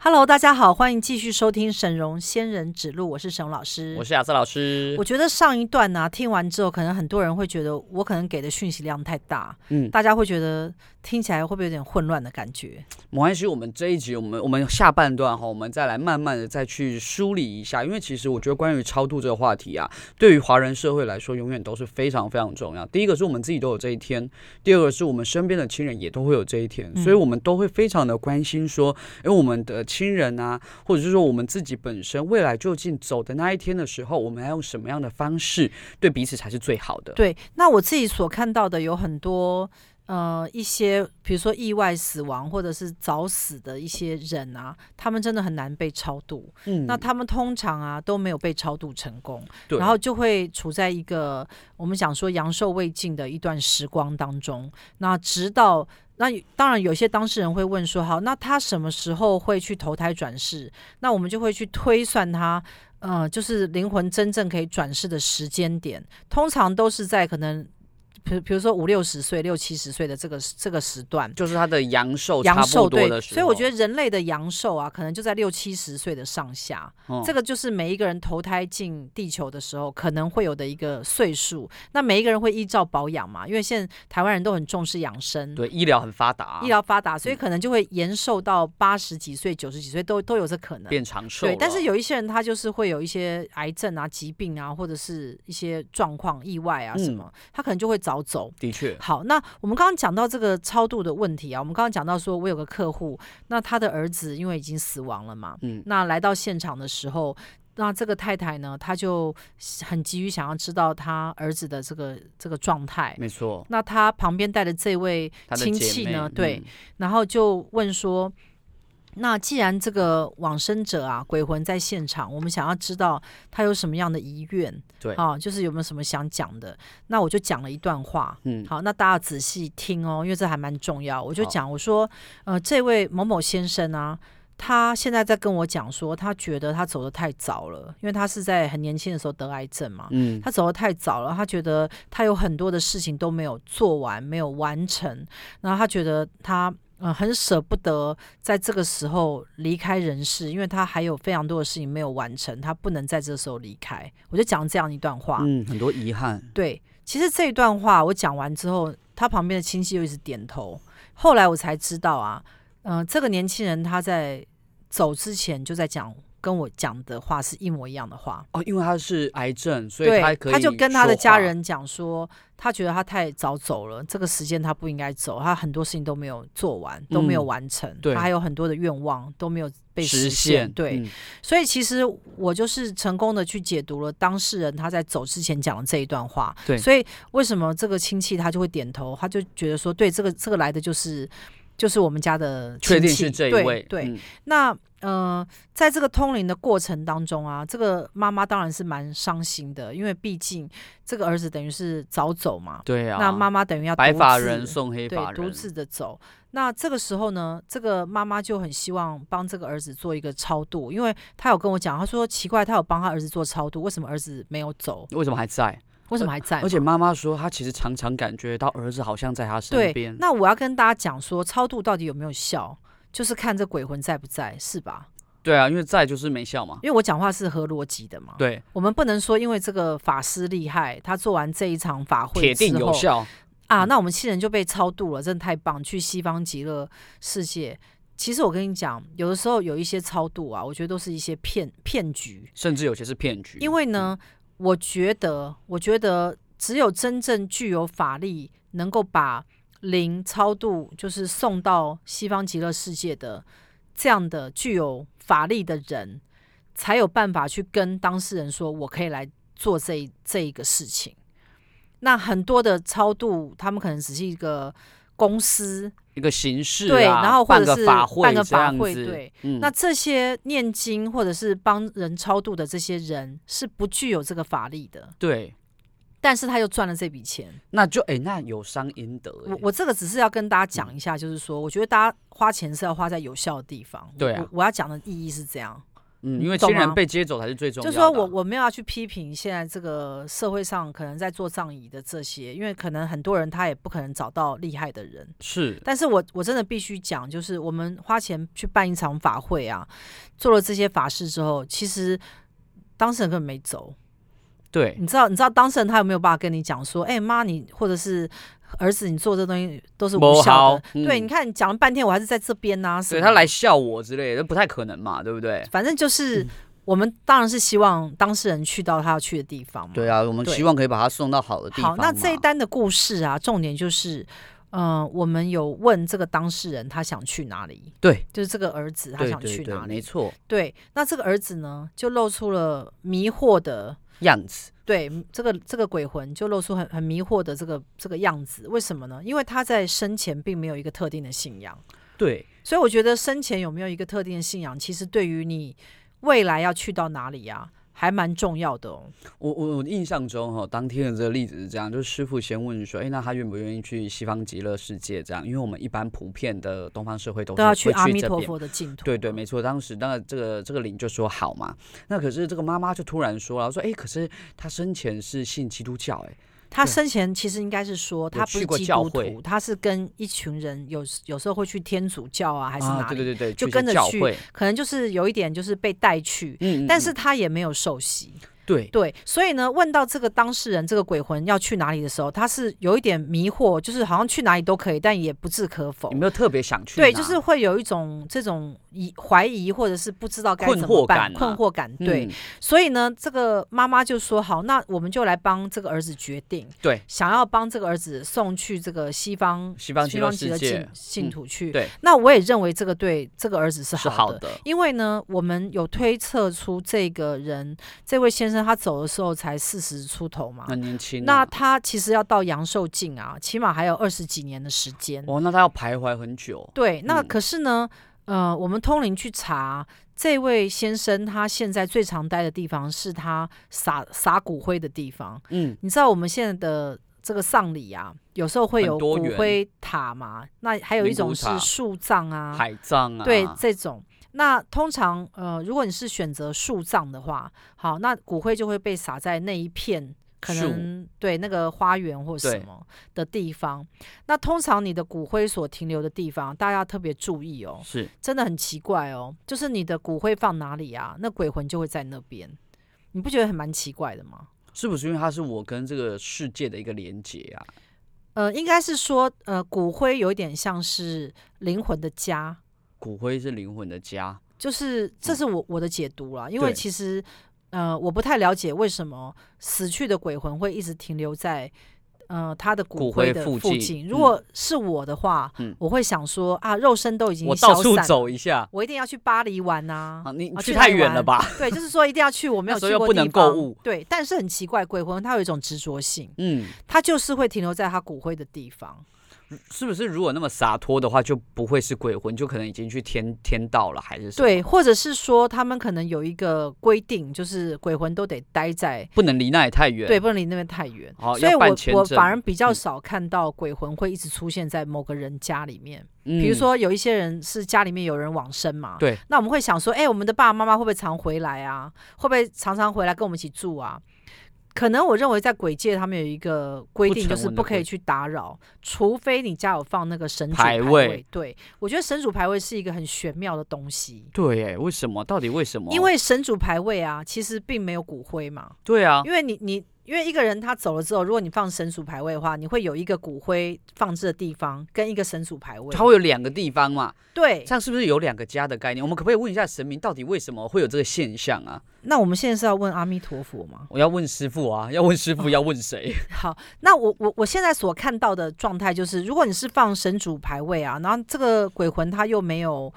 S1: Hello，大家好，欢迎继续收听沈荣仙人指路，我是沈荣老师，
S2: 我是雅思老师
S1: 我。觉得上一段呢、听完之后，可能很多人会觉得我可能给的讯息量太大，
S2: 嗯，
S1: 大家会觉得听起来会不会有点混乱的感觉？
S2: 没关系，我们这一集，我们我们下半段哈，我们再来慢慢的再去梳理一下，因为其实我觉得关于超度这个话题啊，对于华人社会来说，永远都是非常非常重要。第一个是我们自己都有这一天，第二个是我们身边的亲人也都会有这一天，
S1: 嗯
S2: 所以我们都会非常的关心说，因为我们的亲人啊，或者是说我们自己本身未来究竟走的那一天的时候，我们要用什么样的方式对彼此才是最好的？
S1: 对，那我自己所看到的有很多。呃，一些比如说意外死亡或者是早死的一些人啊，他们真的很难被超度。
S2: 嗯
S1: 那他们通常啊都没有被超度成功，
S2: 对
S1: 然后就会处在一个我们讲说阳寿未尽的一段时光当中。那直到那当然，有些当事人会问说：好，那他什么时候会去投胎转世？那我们就会去推算他，呃，就是灵魂真正可以转世的时间点，通常都是在可能，比比如说五六十岁、六七十岁的这个这个时段。
S2: 就是他的阳寿差
S1: 阳
S2: 不
S1: 寿
S2: 多
S1: 对
S2: 的，时候，
S1: 所以我觉得人类的阳寿啊，可能就在六七十岁的上下。
S2: 得
S1: 这个就是每一个人投胎进地球的时候可能会有的一个岁数。那每一个人会依照保养嘛，因为现在台湾人都很重视养生，
S2: 对嗯医疗很发达，啊
S1: 医疗发达，所以可能就会延寿到八十几岁、九十几岁都都有这可能。
S2: 变长寿了，
S1: 对，但是有一些人他就是会有一些癌症啊、疾病啊，或者是一些状况、意外啊什
S2: 嗯
S1: 么，他可能就会早走。
S2: 的确，
S1: 好，那我们刚刚讲到这个超度的问题啊，我们刚刚讲到说，我有个客户，那他的儿子因为已经死亡了嘛，
S2: 嗯
S1: 那来到现场的时候，那这个太太呢，她就很急于想要知道他儿子的这个这个状态。
S2: 没错。
S1: 那他旁边带的这位
S2: 他的
S1: 亲
S2: 姐
S1: 戚
S2: 妹
S1: 呢，对，
S2: 嗯
S1: 然后就问说：“那既然这个往生者啊，鬼魂在现场，我们想要知道他有什么样的遗愿，
S2: 对
S1: 啊，就是有没有什么想讲的？那我就讲了一段话，
S2: 嗯
S1: 好，那大家仔细听哦，因为这还蛮重要。我就
S2: 好
S1: 讲，我说，呃，这位某某先生啊。”他现在在跟我讲说，他觉得他走的太早了，因为他是在很年轻的时候得癌症嘛。
S2: 嗯，
S1: 他走得太早了，他觉得他有很多的事情都没有做完，没有完成，然后他觉得他。呃，很舍不得在这个时候离开人世，因为他还有非常多的事情没有完成，他不能在这时候离开。我就讲这样一段话。
S2: 嗯，很多遗憾，
S1: 对，其实这一段话我讲完之后，他旁边的亲戚就一直点头。后来我才知道啊，嗯、这个年轻人他在走之前就在讲跟我讲的话是一模一样的话。
S2: 哦，因为他是癌症，所以
S1: 对，
S2: 他可以
S1: 就跟他的
S2: 说
S1: 家
S2: 话
S1: 人讲说，他觉得他太早走了，这个时间他不应该走，他很多事情都没有做完，都没有
S2: 嗯
S1: 完成，
S2: 对
S1: 他还有很多的愿望都没有被
S2: 实
S1: 实
S2: 现，
S1: 对，
S2: 嗯
S1: 所以其实我就是成功的去解读了当事人他在走之前讲的这一段话。
S2: 对
S1: 所以为什么这个亲戚他就会点头，他就觉得说，对，这个这个来的就是就是我们家的
S2: 确
S1: 亲
S2: 定
S1: 戚
S2: 是这
S1: 对
S2: 一位，
S1: 对，
S2: 嗯，
S1: 那呃，在这个通灵的过程当中啊，这个妈妈当然是蛮伤心的，因为毕竟这个儿子等于是早走嘛，
S2: 对啊，
S1: 那妈妈等于要
S2: 白
S1: 独
S2: 发
S1: 自
S2: 人送黑
S1: 对
S2: 发人，
S1: 独自的走。那这个时候呢，这个妈妈就很希望帮这个儿子做一个超度，因为她有跟我讲，她说奇怪，她有帮她儿子做超度，为什么儿子没有走？
S2: 为什么还在？
S1: 为什么还在嘛？
S2: 而且妈妈说，她其实常常感觉到儿子好像在她身
S1: 对
S2: 边，，
S1: 那我要跟大家讲说，超度到底有没有效，就是看这鬼魂在不在，是吧？
S2: 对啊，因为在就是没效嘛，
S1: 因为我讲话是合逻辑的嘛。
S2: 对，
S1: 我们不能说因为这个法师厉害，他做完这一场法会
S2: 铁定
S1: 之
S2: 有
S1: 后
S2: 效，
S1: 啊，那我们亲人就被超度了，真的太棒！去西方极乐世界。其实我跟你讲，有的时候有一些超度啊，我觉得都是一些骗骗局，
S2: 甚至有些是骗局，
S1: 因为呢，我觉得，我觉得只有真正具有法力，能够把灵超度，就是送到西方极乐世界的这样的具有法力的人，才有办法去跟当事人说，我可以来做这一这一个事情。那很多的超度，他们可能只是一个公司，
S2: 一个形式、啊，
S1: 对，然后或
S2: 办
S1: 者
S2: 个
S1: 是
S2: 法会，
S1: 办个
S2: 这
S1: 法
S2: 样
S1: 会，
S2: 子，
S1: 对。
S2: 嗯，
S1: 那这些念经或者是帮人超度的这些人是不具有这个法力的，
S2: 对，
S1: 但是他又赚了这笔钱。
S2: 那就哎、那有伤阴德、哎
S1: 我我这个只是要跟大家讲一下，就是说，我觉得大家花钱是要花在有效的地方。
S2: 对啊
S1: 我我要讲的意义是这样，
S2: 嗯，
S1: 你
S2: 因为
S1: 懂
S2: 亲人
S1: 吗
S2: 被接走才是最重要
S1: 就
S2: 的、啊
S1: 说我，我没有要去批评现在这个社会上可能在做葬仪的这些，因为可能很多人他也不可能找到厉害的人。
S2: 是
S1: 但是我我真的必须讲，就是我们花钱去办一场法会啊，做了这些法事之后，其实当事人根本没走。
S2: 对，
S1: 你知道，你知道当事人他有没有办法跟你讲说，哎、妈，你或者是儿子，你做这东西都是无
S2: 不
S1: 效
S2: 好
S1: 的。对，
S2: 嗯
S1: 你看你讲了半天，我还是在这边呐、啊。什
S2: 所以
S1: 么
S2: 他来，笑我之类的，不太可能嘛，对不对？
S1: 反正就是、
S2: 嗯
S1: 我们当然是希望当事人去到他要去的地方嘛。
S2: 对啊，我们
S1: 对
S2: 希望可以把他送到好的地方
S1: 好，
S2: 嘛。
S1: 那这一单的故事啊，重点就是，嗯、我们有问这个当事人他想去哪里，
S2: 对
S1: 就是这个儿子他
S2: 对
S1: 想
S2: 对
S1: 去
S2: 对
S1: 哪，里。
S2: 没错，
S1: 对，那这个儿子呢，就露出了迷惑的
S2: 样子
S1: 对这个这个鬼魂就露出很很迷惑的这个这个样子，为什么呢？因为他在生前并没有一个特定的信仰，
S2: 对
S1: 所以我觉得生前有没有一个特定的信仰，其实对于你未来要去到哪里啊，还蛮重要的哦。
S2: 我我我印象中哈、当天的这个例子是这样，就是师傅先问说，哎，那他愿不愿意去西方极乐世界？这样，因为我们一般普遍的东方社会都是
S1: 都要
S2: 会
S1: 去阿弥
S2: 这
S1: 陀
S2: 边
S1: 佛的净土嘛，哦
S2: 对对，没错。当时那这个这个灵就说好嘛，那可是这个妈妈就突然说了，说哎、诶可是他生前是信基督教、哎诶
S1: 他
S2: 对
S1: 生前其实应该是说他不
S2: 去
S1: 是
S2: 过
S1: 基
S2: 教
S1: 督
S2: 会
S1: 徒，他是跟一群人有有时候会去天主教啊，还
S2: 哎，
S1: 是哪
S2: 啊，
S1: 里，
S2: 对对对对，
S1: 就
S2: 去一些
S1: 跟着
S2: 教
S1: 去
S2: 会，
S1: 可能就是有一点就是被带去，
S2: 嗯，嗯
S1: 但
S2: 嗯
S1: 是他也没有受洗。
S2: 对
S1: 对，所以呢，问到这个当事人这个鬼魂要去哪里的时候，他是有一点迷惑，就是好像去哪里都可以，但也不置可否
S2: 你。没有特别想去哪，
S1: 对，就是会有一种这种疑怀疑，或者是不知道该
S2: 困
S1: 怎
S2: 惑
S1: 么办，
S2: 感啊
S1: 困惑感。对，
S2: 嗯
S1: 所以呢，这个妈妈就说：“好，那我们就来帮这个儿子决定，
S2: 对，
S1: 想要帮这个儿子送去这个西方
S2: 西方极
S1: 西
S2: 乐
S1: 方极
S2: 世
S1: 乐
S2: 界嗯
S1: 净净土去。
S2: 对
S1: 那我也认为这个对这个儿子是
S2: 是
S1: 好
S2: 好
S1: 的，
S2: 的，
S1: 因为呢，我们有推测出这个人，这位先生他走的时候才四十出头嘛，
S2: 很年轻啊、
S1: 那他其实要到阳寿尽啊，起码还有二十几年的时间。
S2: 哦，那他要徘徊很久，
S1: 对，那
S2: 嗯
S1: 可是呢，呃，我们通灵去查，这位先生他现在最常待的地方是他撒撒骨灰的地方。
S2: 嗯，
S1: 你知道我们现在的这个丧礼啊，有时候会
S2: 很
S1: 有
S2: 多
S1: 骨
S2: 元
S1: 灰塔嘛，那还有一
S2: 灵骨
S1: 种是
S2: 塔
S1: 树葬啊，
S2: 海葬啊，
S1: 对这种。那通常，呃，如果你是选择树葬的话，好，那骨灰就会被撒在那一片可
S2: 树
S1: 能对那个花园或什
S2: 对
S1: 么的地方。那通常你的骨灰所停留的地方，大家要特别注意哦，
S2: 是
S1: 真的很奇怪哦，就是你的骨灰放哪里啊，那鬼魂就会在那边，你不觉得很蛮奇怪的吗？
S2: 是不是因为他是我跟这个世界的一个连接啊？
S1: 呃，应该是说，呃，骨灰有点像是灵魂的家，
S2: 骨灰是灵魂的家，
S1: 就是这
S2: 嗯
S1: 是我我的解读啦，因为
S2: 对
S1: 其实呃我不太了解为什么死去的鬼魂会一直停留在呃他的骨
S2: 骨
S1: 灰
S2: 灰
S1: 的
S2: 附
S1: 附
S2: 近
S1: 近。
S2: 嗯
S1: 如果是我的话，
S2: 嗯
S1: 我会想说啊，肉身都已经
S2: 我
S1: 消
S2: 到处
S1: 散，
S2: 走一下
S1: 我一定要去巴黎玩呐、
S2: 啊，你
S1: 啊去
S2: 去
S1: 哪
S2: 太
S1: 里
S2: 远
S1: 玩
S2: 了吧？
S1: 对，就是说一定要去我没有
S2: 那时候
S1: 去
S2: 又
S1: 过
S2: 不
S1: 地
S2: 能购
S1: 方
S2: 物
S1: 对，但是很奇怪，鬼魂他有一种执着性，
S2: 嗯，
S1: 他就是会停留在他骨灰的地方。
S2: 是不是如果那么洒脱的话，就不会是鬼魂，就可能已经去天天道了，还是什么
S1: 对，，或者是说他们可能有一个规定，就是鬼魂都得待在
S2: 不能离那也太远。
S1: 对，不能离那边太远。
S2: 好
S1: 所以
S2: 要
S1: 我
S2: 办签
S1: 我
S2: 证
S1: 反而比较
S2: 嗯
S1: 少看到鬼魂会一直出现在某个人家里面。
S2: 嗯，
S1: 比如说有一些人是家里面有人往生嘛，
S2: 对，
S1: 那我们会想说，哎、我们的爸爸妈妈会不会常回来啊？会不会常常回来跟我们一起住啊？可能我认为在鬼界他们有一个规
S2: 不
S1: 定，就
S2: 成
S1: 是
S2: 文
S1: 不
S2: 的
S1: 可以
S2: 规
S1: 去打扰，除非你家有放那个神主
S2: 牌
S1: 位。
S2: 位
S1: 对我觉得神主牌位是一个很玄妙的东西，
S2: 对，哎，为什么？到底为什么？
S1: 因为神主牌位啊，其实并没有骨灰嘛。
S2: 对啊，
S1: 因为你你因为一个人他走了之后，如果你放神主牌位的话，你会有一个骨灰放置的地方跟一个神主牌位
S2: 它。会有两个地方嘛，
S1: 对
S2: 这，样是不是有两个家的概念？我们可不可以问一下神明，到底为什么会有这个现象啊？
S1: 那我们现在是要问阿弥陀佛吗？
S2: 我要问师傅啊，要问师
S1: 哦
S2: 傅，要问谁？
S1: 好，那我我我现在所看到的状态就是，如果你是放神主牌位啊，然后这个鬼魂他又没有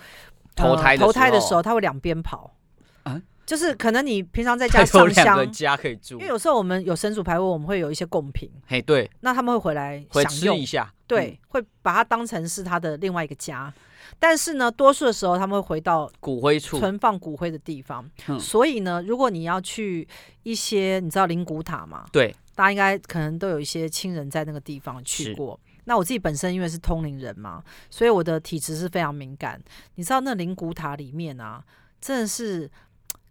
S1: 呃
S2: 投胎的
S1: 投胎的
S2: 时
S1: 时
S2: 候
S1: 候，他会两边跑
S2: 啊
S1: 就是可能你平 常在
S2: 它
S1: 家
S2: 有
S1: 上
S2: 两个
S1: 香，
S2: 家可以住
S1: 因为。有时候我们有神主牌位，我们会有一些贡品，
S2: 嘿，对，
S1: 那他们会回来
S2: 回
S1: 享
S2: 吃
S1: 用
S2: 一，下。
S1: 对，
S2: 嗯，
S1: 会把它当成是他的另外一个家。但是呢，多数的时候他们会回到
S2: 骨灰处。
S1: 存放骨灰的地方。
S2: 嗯
S1: 所以呢，如果你要去一些你知道灵骨塔嘛，
S2: 对，
S1: 大家应该可能都有一些亲人在那个地方去
S2: 是
S1: 过。那我自己本身因为是通灵人嘛，所以我的体质是非常敏感。你知道那灵骨塔里面啊，真的是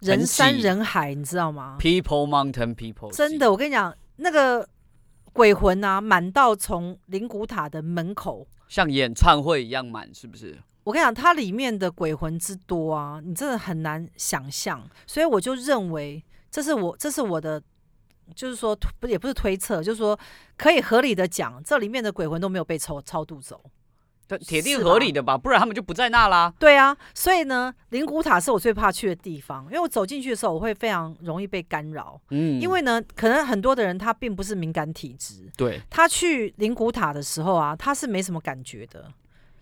S1: 人山
S2: 挤
S1: 人海，你知道吗？
S2: People Mountain People，
S1: 真的，我跟你讲，那个鬼魂啊，满到从灵骨塔的门口。
S2: 像演唱会一样满，是不是？
S1: 我跟你讲，它里面的鬼魂之多啊，你真的很难想象。所以我就认为，这是我，这是我的，就是说，不也不是推测，就是说，可以合理的讲，这里面的鬼魂都没有被超超度走。
S2: 但铁定
S1: 是啊
S2: 合
S1: 吧
S2: 理的吧，不然他们就不在那啦。
S1: 对啊，所以呢，灵骨塔是我最怕去的地方，因为我走进去的时候，我会非常容易被干扰。
S2: 嗯
S1: 因为呢，可能很多的人他并不是敏感体质，
S2: 对，
S1: 他去灵骨塔的时候啊，他是没什么感觉的，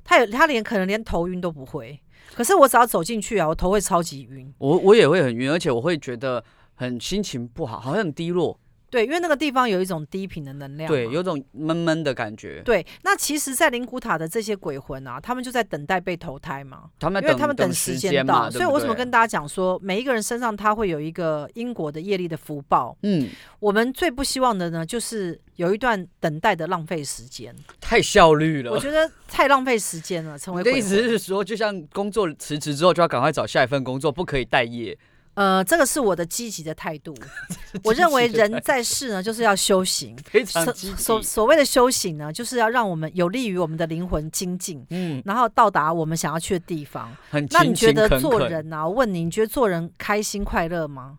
S1: 他有他连可能连头晕都不会。可是我只要走进去啊，我头会超级晕。
S2: 我我也会很晕，而且我会觉得很心情不好，好像很低落，
S1: 对，因为那个地方有一种低频的能量嘛。
S2: 对，有种闷闷的感觉。
S1: 对。那其实，在灵骨塔的这些鬼魂啊，他们就在等待被投胎嘛，
S2: 他们
S1: 因为
S2: 等
S1: 他们
S2: 等
S1: 时
S2: 间
S1: 到。
S2: 嘛，对
S1: 所以
S2: 不
S1: 我为什么
S2: 对
S1: 跟大家讲说，每一个人身上他会有一个因果的业力的福报。
S2: 嗯
S1: 我们最不希望的呢，就是有一段等待的浪费时间。
S2: 太效率了
S1: 我。觉得太浪费时间了，成
S2: 你
S1: 为
S2: 的
S1: 鬼
S2: 意
S1: 魂
S2: 思是说，就像工作辞职之后就要赶快找下一份工作，不可以待业。
S1: 呃，这个是我的积极的态 度。我认为
S2: 积极的态
S1: 人在世呢，就是要修行。
S2: 非常
S1: 所
S2: 积
S1: 所
S2: 极。
S1: 所谓的修行呢，就是要让我们有利于我们的灵魂精进，
S2: 嗯，
S1: 然后到达我们想要去的地方。
S2: 很
S1: 那你
S2: 勤
S1: 觉
S2: 勤
S1: 得
S2: 恳
S1: 做
S2: 恳，
S1: 人啊？我问你，你觉得做人开心快乐吗？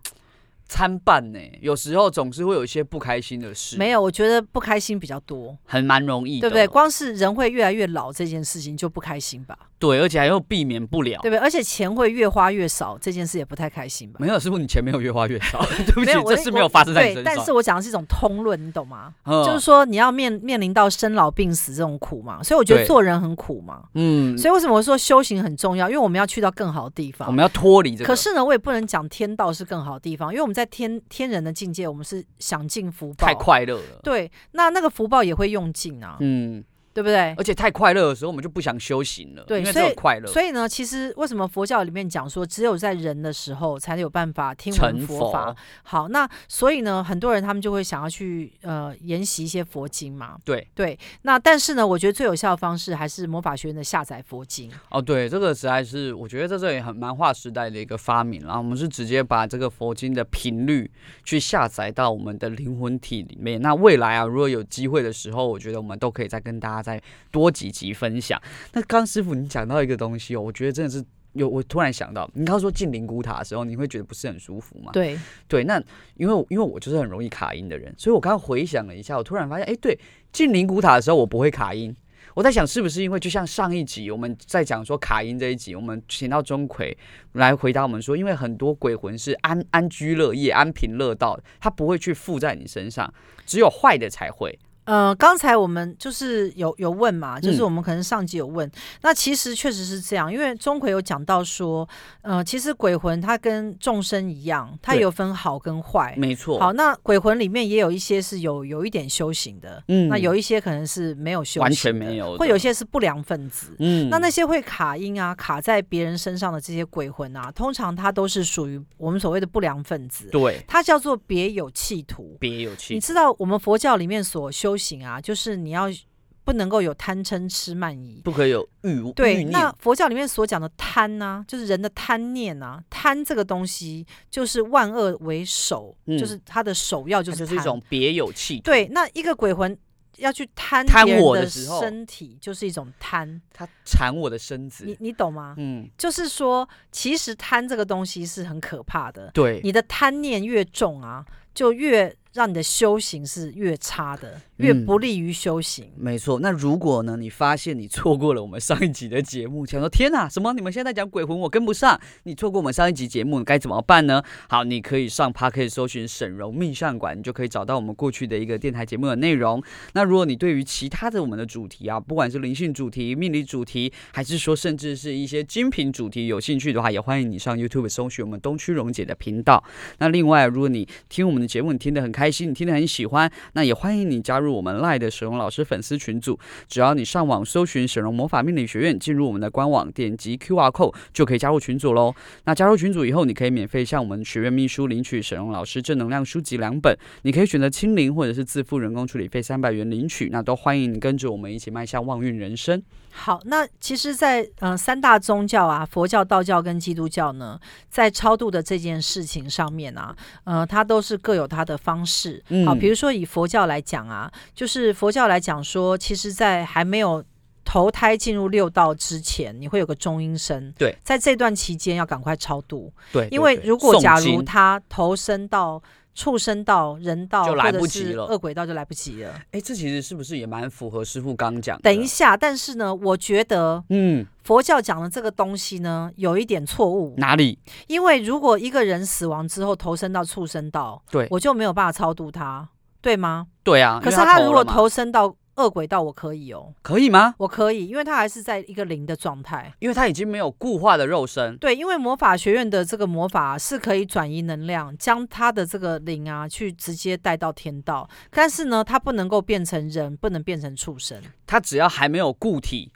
S2: 参半呢、有时候总是会有一些不开心的事，
S1: 没有，我觉得不开心比较多，
S2: 很蛮容易
S1: 对
S2: 的，
S1: 不对？光是人会越来越老这件事情就不开心吧，
S2: 对而且还又避免不了。
S1: 对不对？而且钱会越花越少这件事也不太开心吧。
S2: 没有，师傅，你钱没有越花越 少，对不起
S1: 没有，，我
S2: 这
S1: 的
S2: 事
S1: 我
S2: 没有发生在
S1: 对，
S2: 你身
S1: 但
S2: 上
S1: 是。我讲的是一种通论，你懂吗？
S2: 嗯
S1: 就是说你要面面临到生老病死这种苦嘛，所以我觉得
S2: 对
S1: 做人很苦嘛。
S2: 嗯，
S1: 所以为什么我说修行很重要？因为我们要去到更好的地
S2: 我
S1: 方。
S2: 们要脱离这个。
S1: 可是呢，我也不能讲天道是更好的地方，因为我们在天天人的境界，我们是享尽福报，
S2: 太快乐了，
S1: 对，那那个福报也会用尽啊，
S2: 嗯，
S1: 对不对？
S2: 而且太快乐的时候，我们就不想修行了，
S1: 对
S2: 因为只
S1: 所以
S2: 有快乐。
S1: 所以呢，其实为什么佛教里面讲说，只有在人的时候才有办法听闻
S2: 成
S1: 佛法？
S2: 佛
S1: 好，那所以呢，很多人他们就会想要去呃研习一些佛经嘛。
S2: 对
S1: 对，那但是呢，我觉得最有效的方式还是魔法学院的下载佛经。
S2: 哦，对，这个实在是我觉得在这里很蛮划时代的一个发明啦。我们是直接把这个佛经的频率去下载到我们的灵魂体里面。那未来啊，如果有机会的时候，我觉得我们都可以再跟大家再多几集分享。那刚师傅你讲到一个东西哦，我觉得真的是有，我突然想到，你刚刚说进灵骨塔的时候，你会觉得不是很舒服吗？
S1: 对，
S2: 对，那因为我因为我就是很容易卡音的人，所以我刚刚回想了一下，我突然发现，哎，对，进灵骨塔的时候我不会卡音。我在想，是不是因为就像上一集我们在讲说卡音这一集，我们请到钟馗来回答我们说，因为很多鬼魂是安安居乐业、安贫乐道的，他不会去附在你身上，只有坏的才会。
S1: 呃，刚才我们就是有有问嘛，就是
S2: 嗯
S1: 我们可能上集有问，那其实确实是这样，因为钟馗有讲到说，呃，其实鬼魂它跟众生一样，它
S2: 对
S1: 有分好跟坏。
S2: 没错，
S1: 哎好，那鬼魂里面也有一些是有有一点修行的，
S2: 嗯
S1: 那有一些可能是没有修行的，
S2: 完全没有的
S1: 会有一些是不良分子。
S2: 嗯
S1: 那那些会卡音啊，卡在别人身上的这些鬼魂啊，通常它都是属于我们所谓的不良分子，
S2: 对
S1: 它叫做别有企图。
S2: 别有
S1: 你
S2: 气，
S1: 知道我们佛教里面所修行啊，就是你要不能够有贪嗔痴慢疑。
S2: 不可有欲
S1: 对，
S2: 欲念
S1: 那佛教里面所讲的贪呢、就是人的贪念啊，贪这个东西就是万恶为首，
S2: 嗯
S1: 就是它的首要就
S2: 它
S1: 是
S2: 就是一
S1: 贪
S2: 种别有气，
S1: 对，，那一个鬼魂要去贪
S2: 贪
S1: 别人
S2: 我
S1: 的
S2: 的时候
S1: 身体，就是一种贪，
S2: 他缠我的身
S1: 你
S2: 子，
S1: 你懂吗？
S2: 嗯，
S1: 就是说，其实贪这个东西是很可怕的，
S2: 对，
S1: 你的贪念越重啊，就越让你的修行是越差的，越
S2: 嗯
S1: 不利于修行。
S2: 没错，那如果呢，你发现你错过了我们上一集的节目，想 说天哪，什么你们现在讲鬼魂，我跟不上，你错过我们上一集节目，你该怎么办呢？好，你可以上 p a r k 搜寻沈荣命相馆，你就可以找到我们过去的一个电台节目的内容。那如果你对于其他的我们的主题啊，不管是灵性主题、命理主题，还是说甚至是一些精品主题有兴趣的话，也欢迎你上 YouTube 搜寻我们东区荣姐的频道。那另外，如果你听我们的节目，你听得很开心，你听得很喜欢，那也欢迎你加入我们赖的沈荣老师粉丝群组。只要你上网搜寻沈荣魔法命理学院，进入我们的官网，点击 Q R code 就可以加入群组喽。那加入群组以后，你可以免费向我们学院秘书领取沈荣老师正能量书籍两本，你可以选择清零或者是自付人工处理费三百元领取。那都欢迎你跟着我们一起迈向旺运人生。
S1: 好，那其实在，呃三大宗教啊，佛教、道教跟基督教呢，在超度的这件事情上面啊，呃，它都是各有它的方式。
S2: 嗯
S1: 好，比如说以佛教来讲啊，就是佛教来讲说，其实，在还没有投胎进入六道之前，你会有个中阴身。
S2: 对，
S1: 在这段期间要赶快超度，
S2: 对，
S1: 因为
S2: 对对
S1: 如果
S2: 诵
S1: 假如
S2: 经
S1: 他投身到畜生道、人道
S2: 就
S1: 或
S2: 来
S1: 者
S2: 不及
S1: 是
S2: 了
S1: 恶鬼道，就来不及了。
S2: 哎，这其实是不是也蛮符合师傅刚讲的？
S1: 等一下，但是呢，我觉得
S2: 嗯，
S1: 佛教讲的这个东西呢，有一点错误，
S2: 哪里？
S1: 因为如果一个人死亡之后投身到畜生道，
S2: 对
S1: 我就没有办法超度他，对吗？
S2: 对啊，
S1: 可是
S2: 因为
S1: 他
S2: 投
S1: 如果
S2: 了嘛
S1: 投身到恶鬼道，我可以哦，
S2: 可以吗？
S1: 我可以，因为他还是在一个灵的状态。
S2: 因为他已经没有固化的肉身，
S1: 对，因为魔法学院的这个魔法是可以转移能量，将他的这个灵啊，去直接带到天道。但是呢，他不能够变成人，不能变成畜生。
S2: 他只要还没有固体，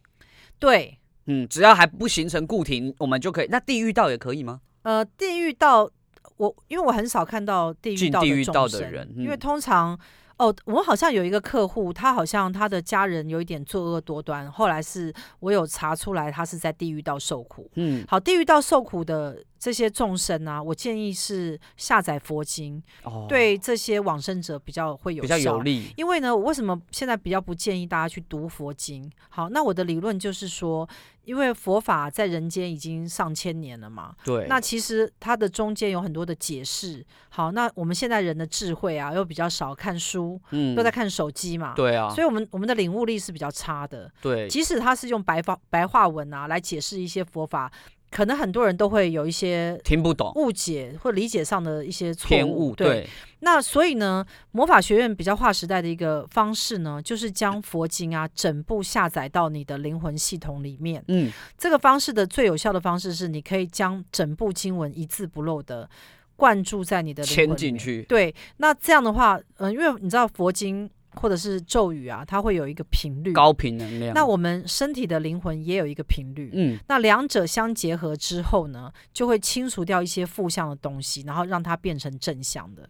S1: 对，
S2: 嗯，只要还不形成固体，我们就可以。那地狱道也可以吗？
S1: 呃，地狱道，我因为我很少看到地狱
S2: 进
S1: 道
S2: 地
S1: 的
S2: 狱
S1: 众
S2: 道的
S1: 生
S2: 人
S1: 因为
S2: 嗯
S1: 通常哦，我好像有一个客户，他好像他的家人有一点作恶多端，后来是我有查出来，他是在地狱道受苦。
S2: 嗯，
S1: 好，地狱道受苦的这些众生啊，我建议是下载佛经，
S2: 哦，
S1: 对这些往生者比较会有
S2: 比较
S1: 效
S2: 有利。
S1: 因为呢，我为什么现在比较不建议大家去读佛经？好，那我的理论就是说，因为佛法在人间已经上千年了嘛，
S2: 对，
S1: 那其实它的中间有很多的解释。好，那我们现在人的智慧啊，又比较少看书，
S2: 嗯
S1: 都在看手机嘛，
S2: 对啊
S1: 所，以我们我们的领悟力是比较差的。
S2: 对，
S1: 即使他是用白话白话文啊来解释一些佛法，可能很多人都会有一些。
S2: 听不懂，
S1: 误解或理解上的一些错
S2: 哦偏
S1: 误，
S2: 误，对，
S1: 那所以呢，魔法学院比较划时代的一个方式呢，就是将佛经啊整部下载到你的灵魂系统里面。
S2: 嗯，
S1: 这个方式的最有效的方式是，你可以将整部经文一字不漏的灌注在你的灵魂
S2: 牵
S1: 里
S2: 进
S1: 面。
S2: 去，
S1: 对，那这样的话，嗯、因为你知道佛经或者是咒语啊，它会有一个频率。
S2: 高频能量。
S1: 那我们身体的灵魂也有一个频率。
S2: 嗯，
S1: 那两者相结合之后呢，就会清除掉一些负向的东西，然后让它变成正向的。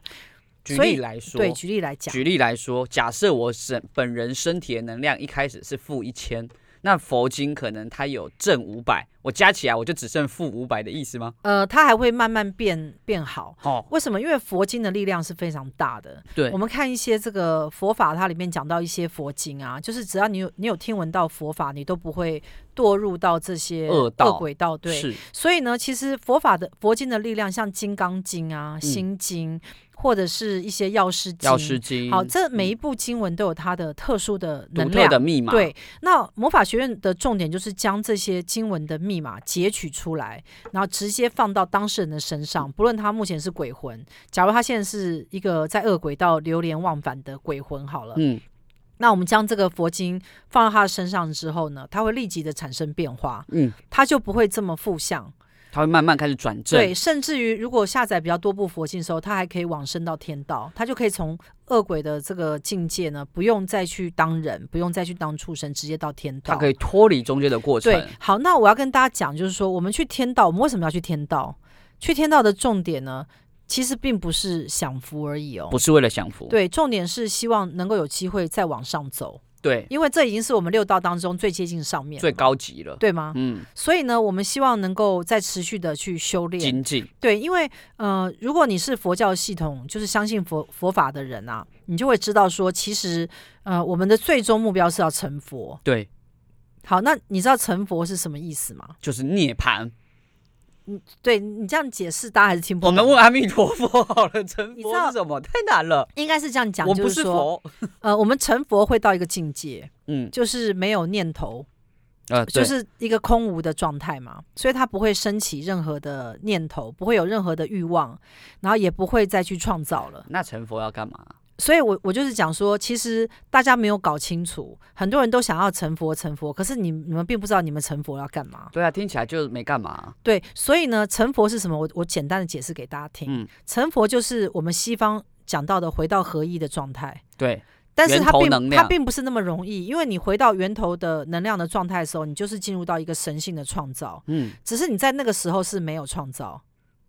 S2: 举
S1: 所以
S2: 例来说，
S1: 对，举例来讲，
S2: 举例来说，假设我身本人身体的能量一开始是负一千，那佛经可能它有正五百，我加起来我就只剩负五百的意思吗？
S1: 呃，它还会慢慢变变好。
S2: 哦，
S1: 为什么？因为佛经的力量是非常大的。
S2: 对
S1: 我，们看一些这个佛法，它里面讲到一些佛经啊，就是只要你有你有听闻到佛法，你都不会堕入到这些
S2: 恶道
S1: 轨道。对，
S2: 是，
S1: 所以呢，其实佛法的佛经的力量，像《金刚经》啊、《心经》或者是一些药师经。
S2: 嗯药师经，嗯
S1: 好，这每一部经文都有它的特殊的
S2: 独
S1: 能
S2: 特
S1: 量。
S2: 的密码，
S1: 对，那魔法学院的重点就是将这些经文的密码截取出来，然后直接放到当事人的身上，不论他目前是鬼魂，假如他现在是一个在恶轨道流连忘返的鬼魂，好了，
S2: 嗯，
S1: 那我们将这个佛经放到他的身上之后呢，他会立即的产生变化，
S2: 嗯，
S1: 他就不会这么负向，
S2: 它会慢慢开始转正，
S1: 对，甚至于如果下载比较多部佛经的时候，他还可以往生到天道，他就可以从恶鬼的这个境界呢，不用再去当人，不用再去当畜生，直接到天道，
S2: 它可以脱离中间的过程，
S1: 对，好，那我要跟大家讲，就是说，我们去天道，我们为什么要去天道？去天道的重点呢，其实并不是享福而已哦
S2: 不。是为了享福，
S1: 对，重点是希望能够有机会再往上走，
S2: 对，
S1: 因为这已经是我们六道当中最接近上面了
S2: 最
S1: 嘛，
S2: 高级了，
S1: 对啊吗？
S2: 嗯，
S1: 所以呢，我们希望能够再持续的去修炼，
S2: 精进，
S1: 对，因为呃，如果你是佛教系统，就是相信佛佛法的人啊，你就会知道说，其实呃，我们的最终目标是要成佛。
S2: 对，
S1: 好，那你知道成佛是什么意思吗？
S2: 就是涅槃，
S1: 你对你这样解释，大家还是听不
S2: 我
S1: 懂。
S2: 们问阿弥陀佛好了，成
S1: 你知
S2: 佛
S1: 道
S2: 是什么？太难了，
S1: 应该是这样讲，
S2: 我
S1: 就
S2: 不
S1: 是
S2: 是
S1: 说，
S2: 佛。
S1: 呃，我们成佛会到一个境界，
S2: 嗯，
S1: 就是没有念头，
S2: 呃，
S1: 就
S2: 对
S1: 是一个空无的状态嘛，所以他不会升起任何的念头，不会有任何的欲望，然后也不会再去创造了。
S2: 那成佛要干嘛？
S1: 所以我我就是讲说，其实大家没有搞清楚，很多人都想要成佛成佛，可是你你们并不知道你们成佛要干嘛。
S2: 对啊，听起来就没干嘛。
S1: 对，所以呢，成佛是什么？我我简单的解释给大家听，
S2: 嗯，
S1: 成佛就是我们西方讲到的回到合一的状态。
S2: 对，
S1: 但是
S2: 源
S1: 它
S2: 头
S1: 并
S2: 能
S1: 它
S2: 量
S1: 并不是那么容易，因为你回到源头的能量的状态的时候，你就是进入到一个神性的创造，
S2: 嗯
S1: 只是你在那个时候是没有创造，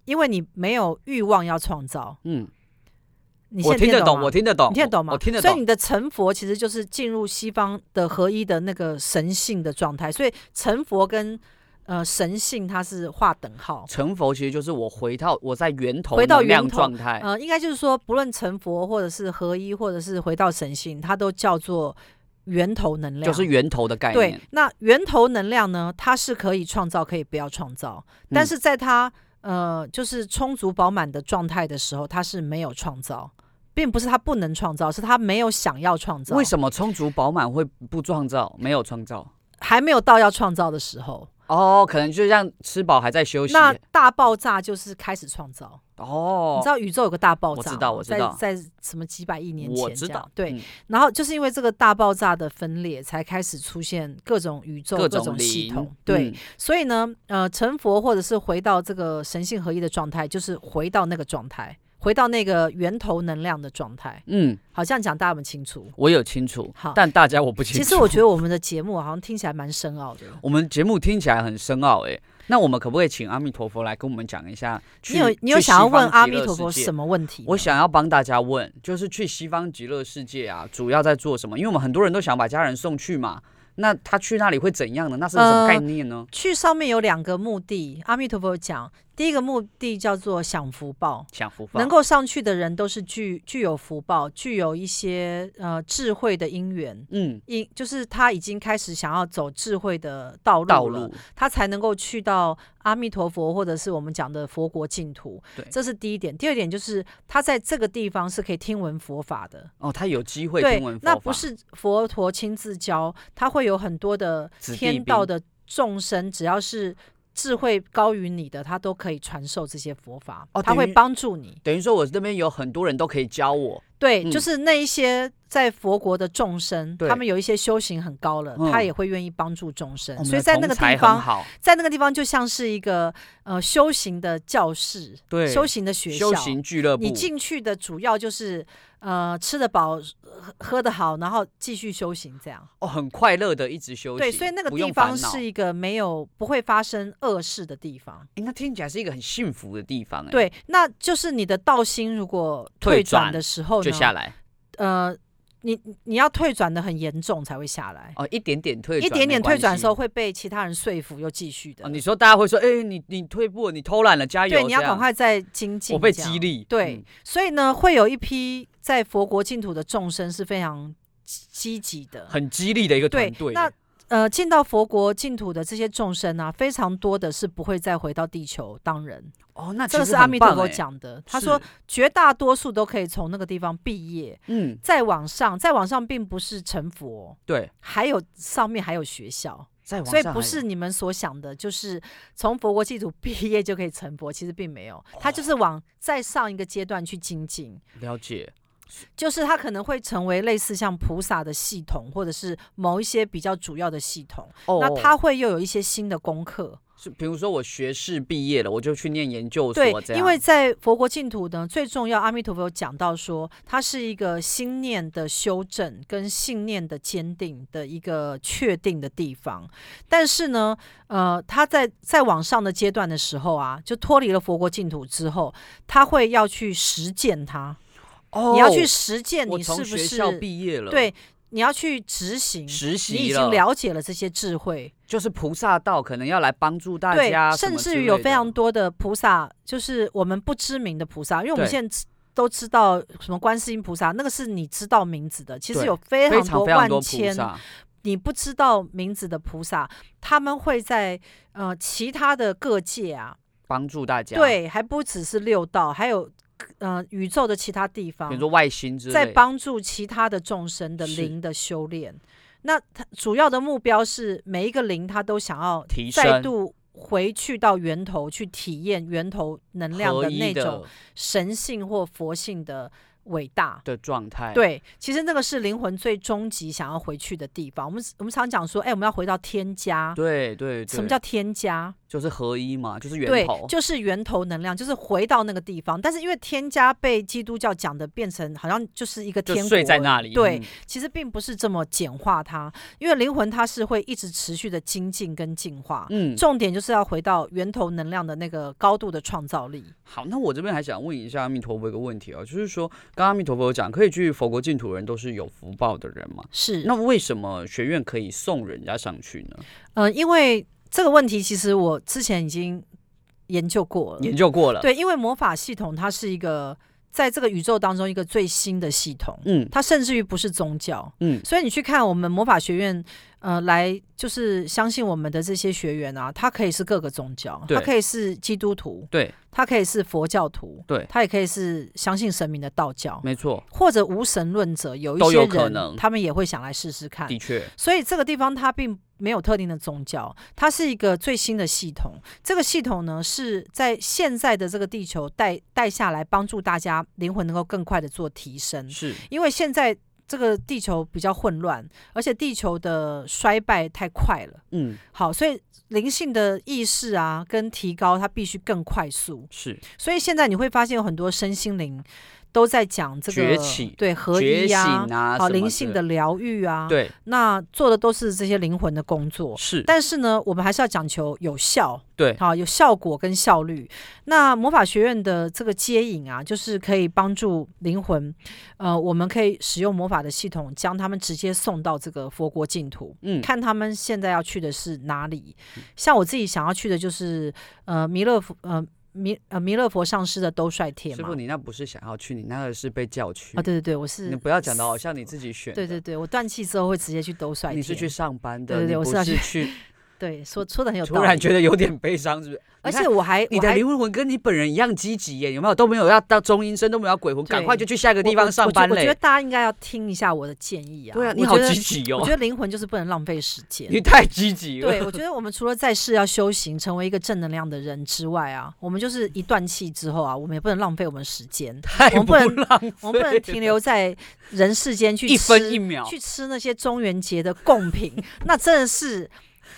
S1: 因为你没有欲望要创造。
S2: 嗯，
S1: 你现
S2: 我
S1: 在
S2: 听得懂，
S1: 吗
S2: 我听得懂，
S1: 你听得懂吗？
S2: 我听得
S1: 所以
S2: 懂
S1: 你。的成佛其实就是进入西方的合一的那个神性的状态，所以成佛跟呃神性它是划等号。
S2: 成佛其实就是我回到我在源头
S1: 回到
S2: 能量
S1: 源头
S2: 状态，
S1: 呃，应该就是说，不论成佛或者是合一，或者是回到神性，它都叫做源头能量。
S2: 就是源头的概
S1: 对
S2: 念。，
S1: 那源头能量呢，它是可以创造，可以不要创造，但
S2: 嗯
S1: 是在它呃就是充足饱满的状态的时候，它是没有创造，并不是它不能创造，是它没有想要创造。
S2: 为什么充足饱满会不创造，没有创造？
S1: 还没有到要创造的时候？
S2: 哦，可能就像吃饱还在休息。
S1: 那大爆炸就是开始创造。
S2: 哦
S1: 你知，道宇宙有个大爆
S2: 我
S1: 炸吗，
S2: 知道我知道
S1: 在在什么几百亿年前，
S2: 我知道，
S1: 对。
S2: 嗯，
S1: 然后就是因为这个大爆炸的分裂，才开始出现各种宇宙、各
S2: 各种
S1: 系
S2: 灵
S1: 统，对。，
S2: 嗯
S1: 所以呢，呃，成佛或者是回到这个神性合一的状态，就是回到那个状态，回到那个源头能量的状态。
S2: 嗯，
S1: 好，这样讲大家有没有清楚？
S2: 我有清楚
S1: 好，
S2: 但大家我不清楚。
S1: 其实我觉得我们的节目好像听起来蛮深奥的。
S2: 我们节目听起来很深奥哎、那我们可不可以请阿弥陀佛来跟我们讲一下去？
S1: 你有你有
S2: 去
S1: 想要
S2: 西方
S1: 问阿
S2: 极
S1: 弥
S2: 乐
S1: 陀
S2: 世
S1: 佛
S2: 界
S1: 什么问题呢？
S2: 我想要帮大家问，就是去西方极乐世界啊，主要在做什么？因为我们很多人都想把家人送去嘛，那他去那里会怎样呢？那是什
S1: 呃
S2: 么概念呢？
S1: 去上面有两个目的，阿弥陀佛有讲，第一个目的叫做享福报，
S2: 享福报
S1: 能够上去的人都是具具有福报，具有一些呃智慧的因缘。
S2: 嗯
S1: 因就是他已经开始想要走智慧的道路
S2: 道
S1: 了
S2: 路，
S1: 他才能够去到阿弥陀佛或者是我们讲的佛国净土。
S2: 对
S1: 这是第一点。第二点就是他在这个地方是可以听闻佛法的，
S2: 哦，他有机会
S1: 对
S2: 听闻，佛法，
S1: 那不是佛陀亲自教，他会有很多的
S2: 子弟
S1: 天
S2: 兵
S1: 道的众生，只要是智慧高于你的，他都可以传授这些佛法，
S2: 哦
S1: 他
S2: 等于
S1: 会帮助你。
S2: 等于说我这边有很多人都可以教我，
S1: 对，
S2: 嗯
S1: 就是那一些在佛国的众生，
S2: 对
S1: 他们有一些修行很高了，
S2: 嗯哦
S1: 他也会愿意帮助众生。
S2: 我们
S1: 所以
S2: 的
S1: 在那
S2: 同
S1: 个
S2: 才
S1: 地
S2: 很
S1: 方，
S2: 好，
S1: 在那个地方就像是一个呃修行的教室，
S2: 对，
S1: 修行的学校。
S2: 修行俱乐部，
S1: 你进去的主要就是呃吃得饱、喝喝得好，然后继续修行这样。
S2: 哦，很快乐的一直修行，
S1: 对，所以那个
S2: 不
S1: 地
S2: 用
S1: 方
S2: 烦恼
S1: 是一个没有不会发生恶事的地方。
S2: 诶那听起来是一个很幸福的地方、诶，哎
S1: 对，那就是你的道心如果
S2: 退
S1: 退转
S2: 转
S1: 的时候
S2: 就下
S1: 呢，
S2: 来
S1: 呃，你你要退转的很严重才会下来，
S2: 哦，一点点退转，
S1: 一点点
S2: 没关
S1: 退转的时
S2: 系
S1: 候会被其他人说服又继续的。
S2: 哦，你说大家会说，哎、你你退步了，你偷懒了，加油！
S1: 对，你要
S2: 这样
S1: 赶快再精进。
S2: 我被
S1: 这样
S2: 激励。
S1: 对
S2: 嗯，
S1: 所以呢，会有一批在佛国净土的众生是非常积积极的。
S2: 很激励的一个
S1: 对
S2: 团队。
S1: 那呃，进到佛国净土的这些众生啊，非常多的是不会再回到地球当人。
S2: 哦，那
S1: 这
S2: 其
S1: 个
S2: 实
S1: 是
S2: 很
S1: 阿弥陀
S2: 棒
S1: 佛
S2: 欸，
S1: 讲的，他说
S2: 是，
S1: 绝大多数都可以从那个地方毕业，
S2: 嗯，
S1: 再往上，再往上并不是成佛，
S2: 对，
S1: 还有上面还有学校，
S2: 再往
S1: 所以
S2: 上
S1: 不
S2: 还有
S1: 是你们所想的，就是从佛国净土 毕业就可以成佛，其实并没有，他就是往再上一个阶段去精进。
S2: 了解，
S1: 就是它可能会成为类似像菩萨的系统，或者是某一些比较主要的系统。
S2: 哦，
S1: 那它会又有一些新的功课，
S2: 是比如说我学士毕业了，我就去念研究
S1: 对
S2: 所，这，样，
S1: 因为在佛国净土呢，最重要，阿弥陀佛有讲到说，它是一个心念的修正跟信念的坚定的一个确定的地方。但是呢，呃，他在在往上的阶段的时候啊，就脱离了佛国净土之后，他会要去实践它，
S2: 哦，
S1: 你要去实践，
S2: 我
S1: 你是
S2: 从
S1: 不
S2: 学
S1: 是
S2: 校毕业了，，
S1: 对，你要去执行，
S2: 实
S1: 你已
S2: 习
S1: 经
S2: 了，
S1: 了解了这些智慧，
S2: 就是菩萨道可能要来帮助大
S1: 对
S2: 家，，
S1: 甚至于有非常。多的菩萨，就是我们不知名的菩萨，因为我们
S2: 对
S1: 现在都知道什么观世音菩萨，那个是你知道名字的，其实
S2: 对
S1: 有非
S2: 非
S1: 常
S2: 常
S1: 多
S2: 非常
S1: 万
S2: 多菩
S1: 千
S2: 萨，
S1: 你不知道名字的菩萨，他们会在呃其他的各界啊。
S2: 帮助大家，，
S1: 对，还不只是六道，还有呃宇宙的其他地方
S2: 比如，说外星之类
S1: 在
S2: 的，
S1: 帮助其他的众生的
S2: 是
S1: 灵的修炼。那他主要的目标是每一个灵，他都想要
S2: 提
S1: 再
S2: 升
S1: 度回去到源头去体验源头能量
S2: 合
S1: 的
S2: 一
S1: 那种
S2: 的
S1: 神性或佛性的伟大。
S2: 的状态，，
S1: 对，其实那个是灵魂最终极想要回去的地方。我们我们常讲说，哎、我们要回到天家。
S2: 对对对，
S1: 什么叫天家？
S2: 就是合一嘛，就是源
S1: 对
S2: 头，，
S1: 就是源头能量，就是回到那个地方。但是因为天家被基督教讲的变成好像就是一个
S2: 就
S1: 天国，
S2: 睡在那里，
S1: 对
S2: 嗯，
S1: 其实并不是这么简化它，因为灵魂它是会一直持续的精进跟进化。
S2: 嗯，
S1: 重点就是要回到源头能量的那个高度的创造力。
S2: 好，那我这边还想问一下阿弥陀佛一个问题哦，就是说，刚刚阿弥陀佛有讲，可以去佛国净土的人都是有福报的人嘛？
S1: 是，
S2: 那为什么学院可以送人家上去呢？
S1: 呃，因为这个问题其实我之前已经研究过了。
S2: 研究过了，，
S1: 对，因为魔法系统它是一个在这个宇宙当中一个最新的系统，
S2: 嗯
S1: 它甚至于不是宗教。
S2: 嗯，
S1: 所以你去看我们魔法学院，呃，来就是相信我们的这些学员啊，他可以是各个宗教，
S2: 对
S1: 他可以是基督徒，
S2: 对，
S1: 他可以是佛教徒，
S2: 对
S1: 他也可以是相信神明的道教，
S2: 没错，
S1: 或者无神论者，有一
S2: 都
S1: 些
S2: 有可
S1: 人
S2: 能
S1: 他们也会想来试试看。
S2: 的确，
S1: 所以这个地方它并没有特定的宗教，它是一个最新的系统。这个系统呢是在现在的这个地球带带下来，帮助大家灵魂能够更快的做提升。
S2: 是
S1: 因为现在这个地球比较混乱，而且地球的衰败太快了。
S2: 嗯
S1: 好，所以灵性的意识啊，跟提高它必须更快速。
S2: 是
S1: 所以现在你会发现有很多身心灵都在讲这个
S2: 崛起
S1: 对合
S2: 觉
S1: 一
S2: 醒
S1: 啊，
S2: 啊，
S1: 好
S2: 什么
S1: 灵性的疗愈啊，
S2: 对
S1: 那做的都是这些灵魂的工作。
S2: 是，
S1: 但是呢，我们还是要讲求有效，
S2: 对
S1: 好有效果跟效率。那魔法学院的这个接引啊，就是可以帮助灵魂，呃，我们可以使用魔法的系统，将他们直接送到这个佛国净土。
S2: 嗯
S1: 看他们现在要去的是哪里。像我自己想要去的就是呃弥勒佛呃弥呃弥勒佛上师的兜率天
S2: 师
S1: 嘛
S2: 傅，。你那不是想要去，你那个是被叫去
S1: 啊，，对对对，我是
S2: 你不要讲的好像你自己选，
S1: 对对。对，我断气之后会直接去兜率天。
S2: 你是去上班
S1: 对
S2: 的，
S1: 对对
S2: 你
S1: 我
S2: 不
S1: 是要
S2: 是去。
S1: 对说说 的很有道理。
S2: 突然觉得有点悲伤，是不是？
S1: 而
S2: 你
S1: 且
S2: 看
S1: 我还
S2: 你
S1: 我
S2: 的
S1: 还
S2: 灵魂跟你本人一样积极耶，有没有？都没有要到中阴身，都没有要鬼魂，
S1: 对
S2: 赶快就去下一个
S1: 我
S2: 地方
S1: 我
S2: 上班
S1: 我觉我觉得
S2: 嘞。
S1: 大家应该要听一下我的建议啊。
S2: 对啊，你
S1: 我
S2: 好
S1: 觉得
S2: 积极
S1: 我
S2: 哦
S1: 觉，得灵魂就是不能浪费时间。
S2: 你太积极了。
S1: 对，我觉得我们除了在世要修行，成为一个正能量的人之外啊，我们就是一断气之后啊，我们也不能浪费我们时间，
S2: 太
S1: 我们
S2: 不
S1: 不能
S2: 浪费，
S1: 我们不能停留在人世间去
S2: 一分一
S1: 吃
S2: 秒。
S1: 去吃那些中元节的贡品， 那真的是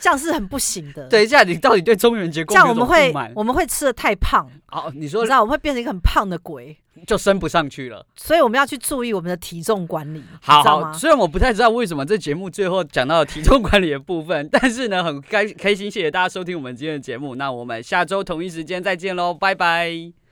S1: 这样是很不行的。
S2: 等，一下，你到底对中元节
S1: 这
S2: 供
S1: 样
S2: 有
S1: 我们
S2: 种
S1: 会
S2: 不满？
S1: 我们会吃的太胖，
S2: 哦，你
S1: 你
S2: 说
S1: 知道我们会变成一个很胖的鬼，
S2: 就升不上去了。
S1: 所以我们要去注意我们的体重管理，你
S2: 好
S1: 知道吗
S2: 好，？虽然我不太知道为什么这节目最后讲到了体重管理的部分，但是呢，很开开心，谢谢大家收听我们今天的节目。那我们下周同一时间再见喽，拜拜。